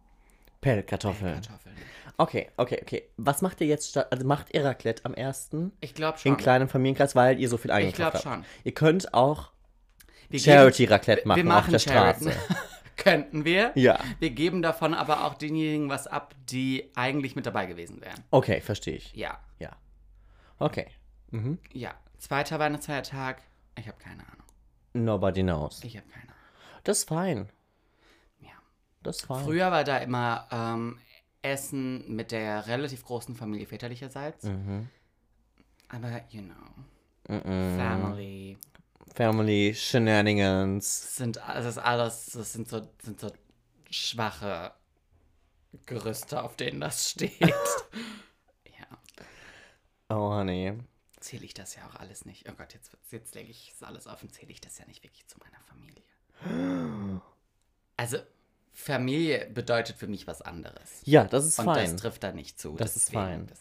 S3: Pellkartoffeln.
S1: Kartoffeln.
S3: Okay, okay, okay. Was macht ihr jetzt statt? Also macht ihr Raclette am ersten
S1: Ich glaube schon.
S3: in kleinem Familienkreis, weil ihr so viel
S1: ich
S3: eingekauft
S1: glaube
S3: habt?
S1: schon.
S3: Ihr könnt auch
S1: Wir
S3: Charity Raclette
S1: wir
S3: machen,
S1: machen
S3: auf der
S1: Charity.
S3: Straße.
S1: Könnten wir.
S3: Ja.
S1: Wir geben davon aber auch denjenigen was ab, die eigentlich mit dabei gewesen wären.
S3: Okay, verstehe ich.
S1: Ja,
S3: Ja. Okay. Mhm.
S1: ja. Zweiter Weihnachtsfeiertag. Ich habe keine Ahnung.
S3: Nobody knows.
S1: Ich habe keine Ahnung.
S3: Das ist fein.
S1: Ja.
S3: Das ist fein.
S1: Früher war da immer ähm, Essen mit der relativ großen Familie väterlicherseits.
S3: Mhm.
S1: Aber, you know,
S3: Mhm.
S1: Family.
S3: Family Shenanigans.
S1: sind, das ist alles, das sind so, sind so schwache Gerüste, auf denen das steht. ja,
S3: Oh, honey.
S1: zähle ich das ja auch alles nicht. Oh Gott, jetzt, jetzt lege ich es alles offen, zähle ich das ja nicht wirklich zu meiner Familie. Also, Familie bedeutet für mich was anderes.
S3: Ja, das ist
S1: Und das
S3: fein.
S1: trifft da nicht zu.
S3: Das ist
S1: deswegen
S3: fein.
S1: Das,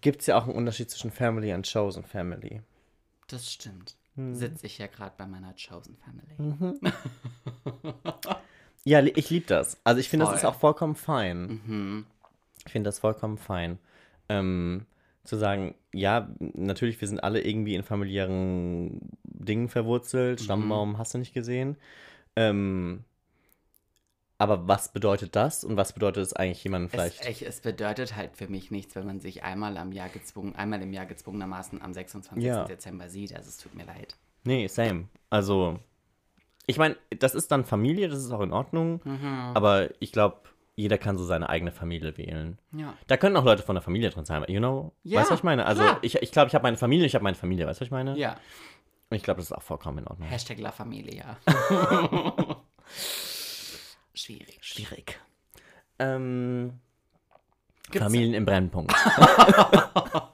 S3: Gibt es ja auch einen Unterschied zwischen Family und Chosen Family.
S1: das stimmt.
S3: Hm.
S1: Sitze ich ja gerade bei meiner Chosen Family.
S3: Ja, li- ich liebe das. Also ich finde, das
S1: Voll. Mhm.
S3: ist auch vollkommen fein. Ich finde das vollkommen fein. Ähm, zu sagen, ja, natürlich, wir sind alle irgendwie in familiären Dingen verwurzelt.
S1: Mhm.
S3: Stammbaum hast du nicht gesehen. Ähm, aber was bedeutet das und was bedeutet es eigentlich jemandem
S1: Es,
S3: vielleicht?
S1: ich, es bedeutet halt für mich nichts, wenn man sich einmal am Jahr gezwungen, einmal im Jahr gezwungenermaßen am 26.
S3: Ja.
S1: Dezember sieht. Also es tut mir leid.
S3: Nee, same. Also, ich meine, das ist dann Familie, das ist auch in Ordnung.
S1: Mhm.
S3: Aber ich glaube, jeder kann so seine eigene Familie wählen.
S1: Ja.
S3: Da können auch Leute von der Familie drin sein, you know?
S1: Ja,
S3: weißt du, was ich meine? Also,
S1: klar.
S3: ich glaube, ich, glaub, ich habe meine Familie, ich habe meine Familie, weißt du, was ich meine?
S1: Ja.
S3: Und ich glaube, das ist auch vollkommen in Ordnung.
S1: Hashtag La Familia. Schwierig.
S3: Schwierig. Ähm,
S1: Gibt's-
S3: Familien im Brennpunkt.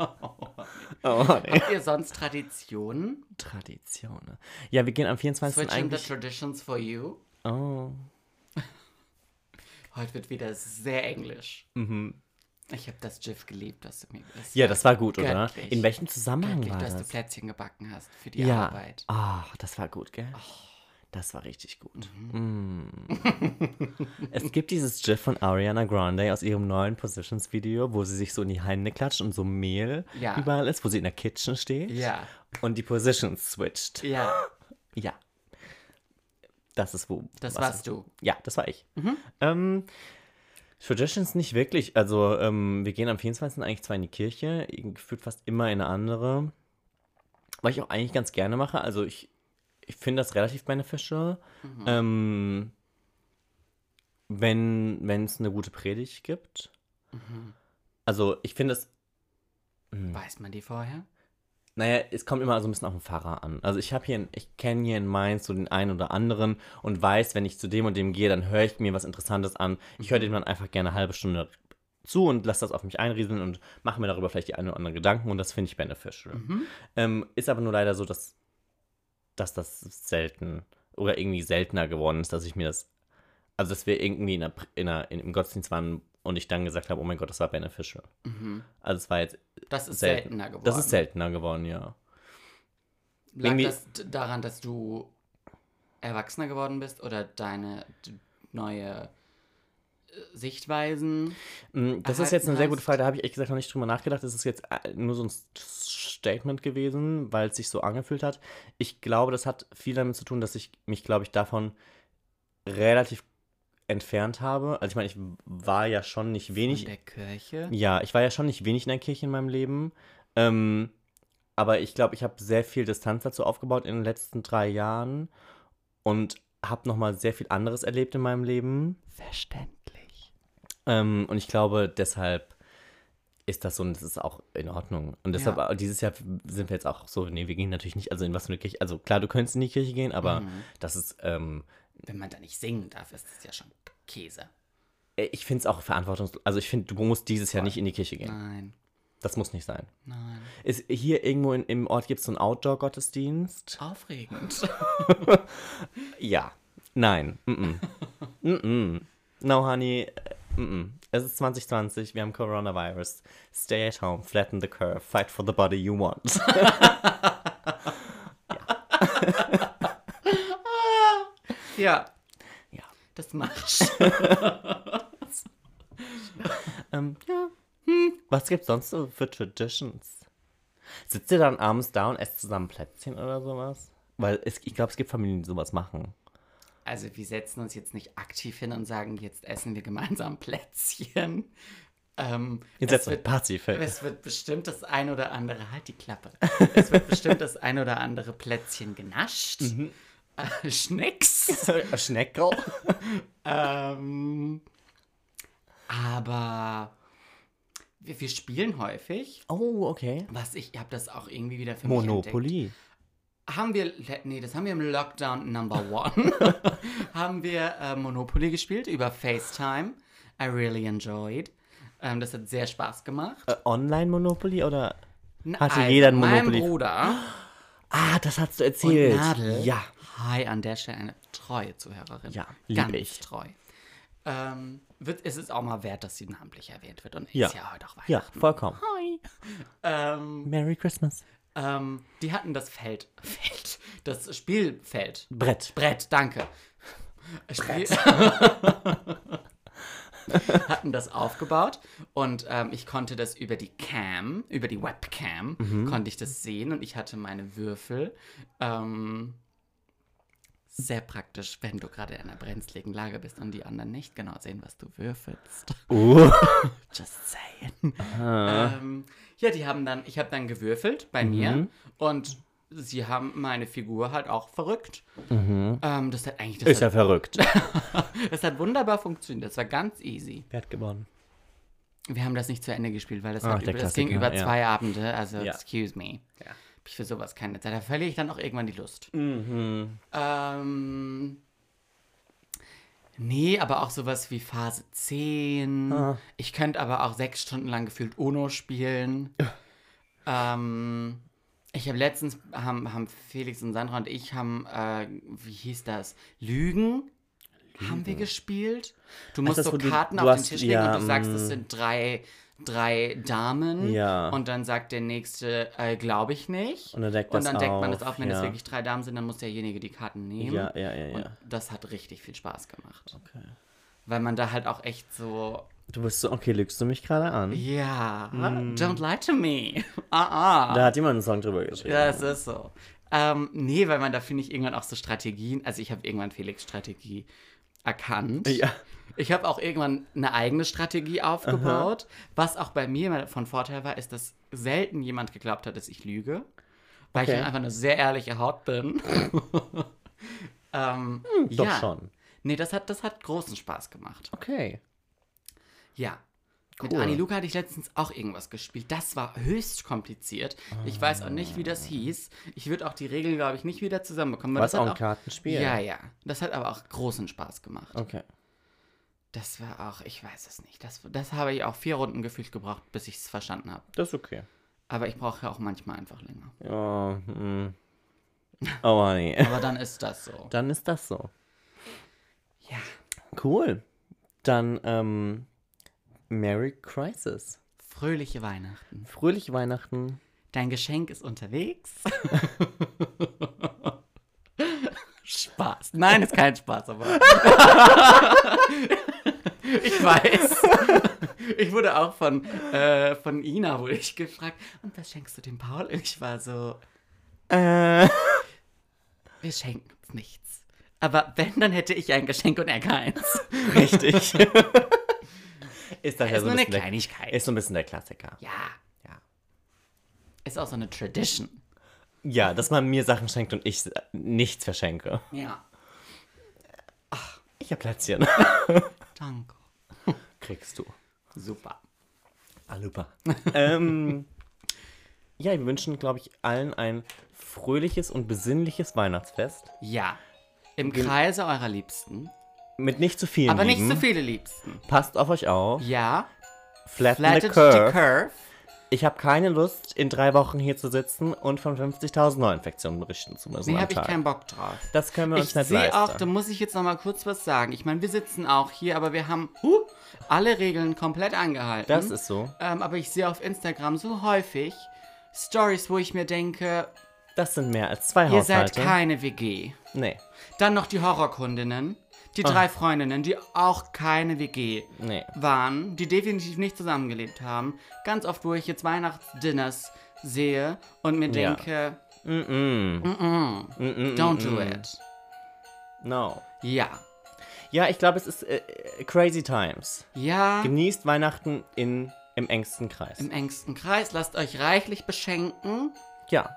S3: oh, nee.
S1: Habt ihr sonst Traditionen?
S3: Tradition. Ja, wir gehen am 24.
S1: Switching the
S3: eigentlich...
S1: traditions for you.
S3: Oh.
S1: Heute wird wieder sehr englisch. Ich habe das GIF geliebt, was du mir das
S3: Mhm. Ja, das war gut, oder?
S1: Göttlich.
S3: In welchem Zusammenhang
S1: wirklich,
S3: war
S1: dass
S3: das?
S1: du Plätzchen gebacken hast für die
S3: ja.
S1: Arbeit.
S3: Ah, das war gut, gell? Das war richtig gut.
S1: Mhm.
S3: Mm. es gibt dieses GIF von Ariana Grande aus ihrem neuen Positions-Video, wo sie sich so in die Hände klatscht und so Mehl
S1: Ja.
S3: überall ist, wo sie in der Kitchen steht
S1: Ja.
S3: und die Positions switcht.
S1: Ja.
S3: Ja. Das ist wo.
S1: Das
S3: was-
S1: warst du.
S3: Ja, das war ich. Ähm, Traditions nicht wirklich. Also, ähm, wir gehen am 24. eigentlich zwar in die Kirche, gefühlt fast immer in eine andere. Was ich auch eigentlich ganz gerne mache. Also, ich, ich finde das relativ beneficial. Ähm, wenn es eine gute Predigt gibt. Also, ich finde das hm,
S1: Weiß man die vorher?
S3: naja, es kommt immer so ein bisschen auf den Pfarrer an. Also ich habe hier, in- ich kenne hier in Mainz so den einen oder anderen und weiß, wenn ich zu dem und dem gehe, dann höre ich mir was Interessantes an. Ich höre dem dann einfach gerne eine halbe Stunde zu und lasse das auf mich einrieseln und mache mir darüber vielleicht die einen oder anderen Gedanken und das finde ich beneficial.
S1: Mhm.
S3: Ähm, ist aber nur leider so, dass, dass das selten oder irgendwie seltener geworden ist, dass ich mir das, also dass wir irgendwie in der, Pr- in der, in, im Gottesdienst waren und ich dann gesagt habe, oh mein Gott, das war beneficial. Also es war jetzt
S1: mhm. Das ist
S3: selten.
S1: seltener geworden.
S3: Das ist seltener geworden, ja.
S1: Lag
S3: Irgendwie-
S1: das d- daran, dass du erwachsener geworden bist oder deine d- neue äh, Sichtweisen?
S3: Mm, Das ist
S1: erhalten
S3: jetzt eine sehr gute
S1: hast.
S3: Frage, da habe ich ehrlich gesagt noch nicht drüber nachgedacht. Das ist jetzt äh, nur so ein Statement gewesen, weil es sich so angefühlt hat. Ich glaube, das hat viel damit zu tun, dass ich mich, glaube ich, davon relativ entfernt habe. Also ich meine, ich war ja schon nicht wenig.
S1: in der Kirche?
S3: Ja, ich war ja schon nicht wenig in der Kirche in meinem Leben. Ähm, aber ich glaube, ich habe sehr viel Distanz dazu aufgebaut in den letzten drei Jahren und habe nochmal sehr viel anderes erlebt in meinem Leben.
S1: Verständlich.
S3: Ähm, und ich glaube, deshalb ist das so und das ist auch in Ordnung. Und deshalb,
S1: Ja.
S3: äh, dieses Jahr sind wir jetzt auch so, nee, wir gehen natürlich nicht, also in was für eine Kirche, also klar, du könntest in die Kirche gehen, aber
S1: Mhm.
S3: das ist, ähm,
S1: Wenn man da nicht singen darf, ist das ja schon Käse.
S3: äh, ich finde es auch verantwortungslos, also ich finde, du musst dieses Jahr nicht in die Kirche gehen.
S1: Nein,
S3: Das muss nicht sein.
S1: nein.
S3: Ist, hier irgendwo in, im Ort gibt es so einen Outdoor-Gottesdienst?
S1: Aufregend.
S3: Ja. Nein. Mm -mm. mm -mm. No, honey. äh, Mm -mm. Es ist 2020, wir haben Coronavirus. Stay at home, flatten the curve, fight for the body you want.
S1: ja.
S3: Ja.
S1: Das machst
S3: Ähm, ja. Hm. Was gibt's sonst so für Traditions? Sitzt ihr dann abends da und esst zusammen Plätzchen oder sowas? Weil es, ich glaube, es gibt Familien, die sowas machen.
S1: Also wir setzen uns jetzt nicht aktiv hin und sagen, jetzt essen wir gemeinsam Plätzchen. Ähm,
S3: Ihr
S1: es
S3: setzt euch
S1: wird-
S3: Party fest.
S1: Es wird bestimmt das ein oder andere, halt die Klappe. Es wird bestimmt das ein oder andere Plätzchen genascht. Äh, Schnecks.
S3: Schneckel?
S1: ähm, aber wir, wir spielen häufig.
S3: Oh, okay.
S1: Was ich, ich habe das auch irgendwie wieder für mich entdeckt.
S3: Monopoly.
S1: Haben wir, le- nee, das haben wir im Lockdown Number One. haben wir äh, Monopoly gespielt über FaceTime. I really enjoyed. Ähm, das hat sehr Spaß gemacht.
S3: Äh, Online-Monopoly oder?
S1: Na,
S3: Hatte jeder ein Monopoly.
S1: Mein Bruder
S3: Ah, das hast du
S1: und
S3: erzählt.
S1: Nadel.
S3: Ja.
S1: Hi, an der Stelle eine treue Zuhörerin.
S3: Ja, lieb
S1: ganz
S3: ich.
S1: treu. Ähm, wird, es ist auch mal wert, dass sie namentlich erwähnt wird. Und
S3: Ja.
S1: ist ja heute auch Weihnachten.
S3: Ja, vollkommen.
S1: Hi. Ähm,
S3: Merry Christmas.
S1: ähm, die hatten das Feld, Feld, das Spielfeld.
S3: Brett.
S1: Brett, danke. Brett. hatten das aufgebaut und ähm, ich konnte das über die Cam, über die Webcam, konnte ich das sehen und ich hatte meine Würfel. Ähm, sehr praktisch, wenn du gerade in einer brenzligen Lage bist und die anderen nicht genau sehen, was du würfelst.
S3: Uh.
S1: Just saying. Ähm, ja, die haben dann, ich habe dann gewürfelt
S3: Mhm.
S1: bei mir und sie haben meine Figur halt auch verrückt. Ähm, das hat eigentlich, das
S3: Mhm. Ist ja
S1: hat,
S3: verrückt. Wer
S1: das hat wunderbar funktioniert. Das war ganz easy.
S3: hat gewonnen?
S1: Wir haben das nicht zu Ende gespielt, weil das,
S3: Ach,
S1: hat
S3: Ah, der
S1: über, das ging
S3: Klassiker,
S1: über
S3: ja.
S1: zwei Abende. Also,
S3: Ja.
S1: excuse me.
S3: Ja.
S1: Hab ich für sowas keine Zeit. Da verliere ich dann auch irgendwann die Lust.
S3: Mhm.
S1: Ähm, nee, aber auch sowas wie Phase 10.
S3: Ah.
S1: Ich könnte aber auch sechs Stunden lang gefühlt UNO spielen. ähm, ich habe letztens, haben, haben Felix und Sandra und ich haben, äh, wie hieß das? Lügen? Haben wir gespielt? Du musst
S3: das,
S1: so
S3: wo du-
S1: Karten
S3: du
S1: auf
S3: hast-
S1: den Tisch legen
S3: ja,
S1: und du sagst,
S3: mm.
S1: es sind drei, drei Damen.
S3: Ja.
S1: Und dann sagt der Nächste, äh, glaube ich nicht.
S3: Und dann deckt das
S1: man
S3: auf,
S1: das auf, wenn es
S3: ja.
S1: wirklich drei Damen sind, dann muss derjenige die Karten nehmen.
S3: Ja, ja, ja,
S1: Und
S3: ja.
S1: das hat richtig viel Spaß gemacht. Weil man da halt auch echt so,
S3: Du bist so, okay, lügst du mich gerade an?
S1: ja,
S3: Hm.
S1: don't lie to me. ah, ah.
S3: Da hat jemand einen Song drüber geschrieben.
S1: Ja, es ist so. Ähm, nee, weil man da finde ich irgendwann auch so Strategien, also ich habe irgendwann Felix Strategie erkannt.
S3: Ja.
S1: Ich habe auch irgendwann eine eigene Strategie aufgebaut. Was auch bei mir immer von Vorteil war, ist, dass selten jemand geglaubt hat, dass ich lüge. Weil
S3: Okay.
S1: ich einfach eine sehr ehrliche Haut bin. ähm,
S3: Doch
S1: ja.
S3: schon.
S1: Nee, das hat, das hat großen Spaß gemacht.
S3: Okay.
S1: Ja.
S3: Cool.
S1: Mit Anni Luca hatte ich letztens auch irgendwas gespielt. Das war höchst kompliziert. Ich weiß auch nicht, wie
S3: Ah.
S1: das hieß. Ich würde auch die Regeln, glaube ich, nicht wieder zusammenbekommen. weil
S3: War es
S1: das
S3: auch
S1: hat
S3: ein Kartenspiel?
S1: Ja, ja. Das hat aber auch großen Spaß gemacht.
S3: Okay.
S1: Das war auch, ich weiß es nicht. Das, das habe ich auch vier Runden gefühlt gebraucht, bis ich es verstanden habe.
S3: Das ist okay.
S1: Aber ich brauche ja auch manchmal einfach länger.
S3: Ja, mm. Oh, honey.
S1: Aber dann ist das so.
S3: Dann ist das so.
S1: Ja.
S3: Cool. Dann, ähm, Merry Crisis.
S1: Fröhliche Weihnachten.
S3: Fröhliche Weihnachten.
S1: Dein Geschenk ist unterwegs. Spaß. Nein, ist kein Spaß, aber. ich weiß. Ich wurde auch von, äh, von Ina wurde ich gefragt, und was schenkst du dem Paul? Ich war so,
S3: Äh.
S1: wir schenken uns nichts. Aber wenn, dann hätte ich ein Geschenk und er keins.
S3: Richtig. ist das ja
S1: ist
S3: so
S1: nur eine
S3: ein bisschen der,
S1: Kleinigkeit.
S3: ist so ein bisschen der Klassiker.
S1: ja.
S3: Ja.
S1: Ist auch so eine Tradition.
S3: Ja, dass man mir Sachen schenkt und ich äh, nichts verschenke.
S1: Ja.
S3: Ich hab Plätzchen.
S1: Danke.
S3: Kriegst du.
S1: Super.
S3: Alupa. Ah, ähm, ja, wir wünschen, glaube ich, allen ein fröhliches und besinnliches Weihnachtsfest.
S1: Ja. Im Kreise eurer Liebsten.
S3: Mit nicht zu vielen
S1: Aber nicht
S3: Lieben.
S1: zu viele Liebsten.
S3: Passt auf euch auf.
S1: Ja.
S3: Flatten,
S1: Flatted
S3: the curve.
S1: the curve.
S3: Ich habe keine Lust, in drei Wochen hier zu sitzen und von 50.000 Neuinfektionen berichten zu müssen
S1: Nee,
S3: am
S1: habe ich
S3: Tag.
S1: keinen Bock drauf.
S3: das können wir uns
S1: Ich
S3: nicht
S1: sehe
S3: leisten.
S1: auch, da muss ich jetzt noch mal kurz was sagen. Ich meine, wir sitzen auch hier, aber wir haben huh, alle Regeln komplett angehalten.
S3: das ist so.
S1: Ähm, aber ich sehe auf Instagram so häufig Stories, wo ich mir denke,
S3: Das sind mehr als zwei
S1: ihr seid
S3: Haushalte.
S1: keine WG.
S3: nee,
S1: Dann noch die Horrorkundinnen, die
S3: Ah.
S1: drei Freundinnen, die auch keine WG
S3: nee.
S1: waren, die definitiv nicht zusammengelebt haben. Ganz oft, wo ich jetzt Weihnachtsdinners sehe und mir
S3: Ja.
S1: denke,
S3: Mm-mm.
S1: don't do it.
S3: No.
S1: Ja.
S3: Ja, ich glaube, es ist äh, äh, crazy times.
S1: Ja.
S3: Genießt Weihnachten in, im engsten Kreis.
S1: Im engsten Kreis, lasst euch reichlich beschenken,
S3: ja.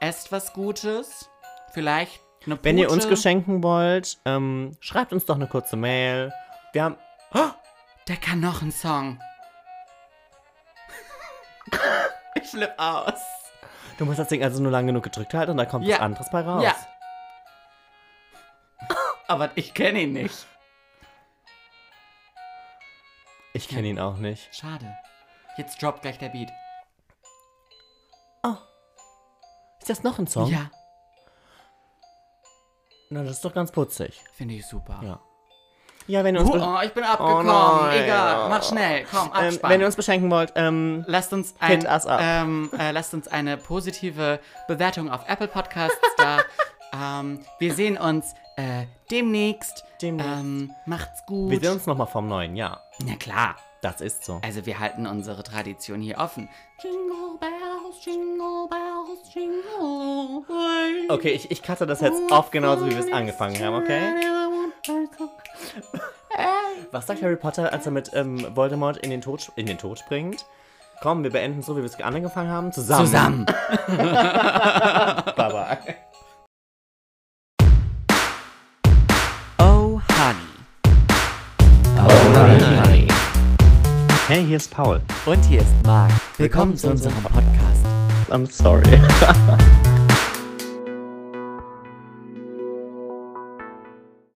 S1: esst was Gutes, vielleicht eine Pute.
S3: Wenn ihr uns geschenken wollt, ähm, schreibt uns doch eine kurze Mail. Wir haben.
S1: Der kann noch einen Song. ich flipp aus.
S3: Du musst das Ding also nur lang genug gedrückt halten und da kommt
S1: Ja.
S3: was anderes bei raus.
S1: Ja. Aber ich kenne ihn nicht.
S3: Ich kenne ihn auch nicht.
S1: Schade. Jetzt droppt gleich der Beat.
S3: Ist das noch ein Song?
S1: Ja,
S3: Na, das ist doch ganz putzig.
S1: finde ich super.
S3: Ja. Ja, wenn ihr uns,
S1: Huh,
S3: be-
S1: oh, ich bin abgekommen.
S3: nein.
S1: Egal, mach schnell. Komm,
S3: ähm,
S1: abspannen.
S3: wenn ihr uns beschenken wollt, ähm,
S1: Lasst uns, ein,
S3: Hit us up.
S1: ähm, äh, lasst uns eine positive Bewertung auf Apple Podcasts da. ähm, wir sehen uns äh, demnächst.
S3: Demnächst.
S1: Ähm, macht's gut.
S3: wir sehen uns nochmal vom neuen Jahr.
S1: Na klar.
S3: Das ist so.
S1: Also wir halten unsere Tradition hier offen. Jingle bells, jingle bells, jingle all the way.
S3: Okay, ich, ich cutte das jetzt auf genauso, wie wir es angefangen haben, okay? Was sagt Harry Potter, als er mit ähm, Voldemort in den, Tod, in den Tod springt? Komm, wir beenden so, wie wir es angefangen haben. Zusammen.
S1: Zusammen.
S3: Bye bye.
S1: Oh, honey.
S2: Oh nein, honey.
S3: Hey, hier ist Paul.
S1: Und hier ist Marc. Willkommen zu unserem Podcast.
S3: I'm sorry.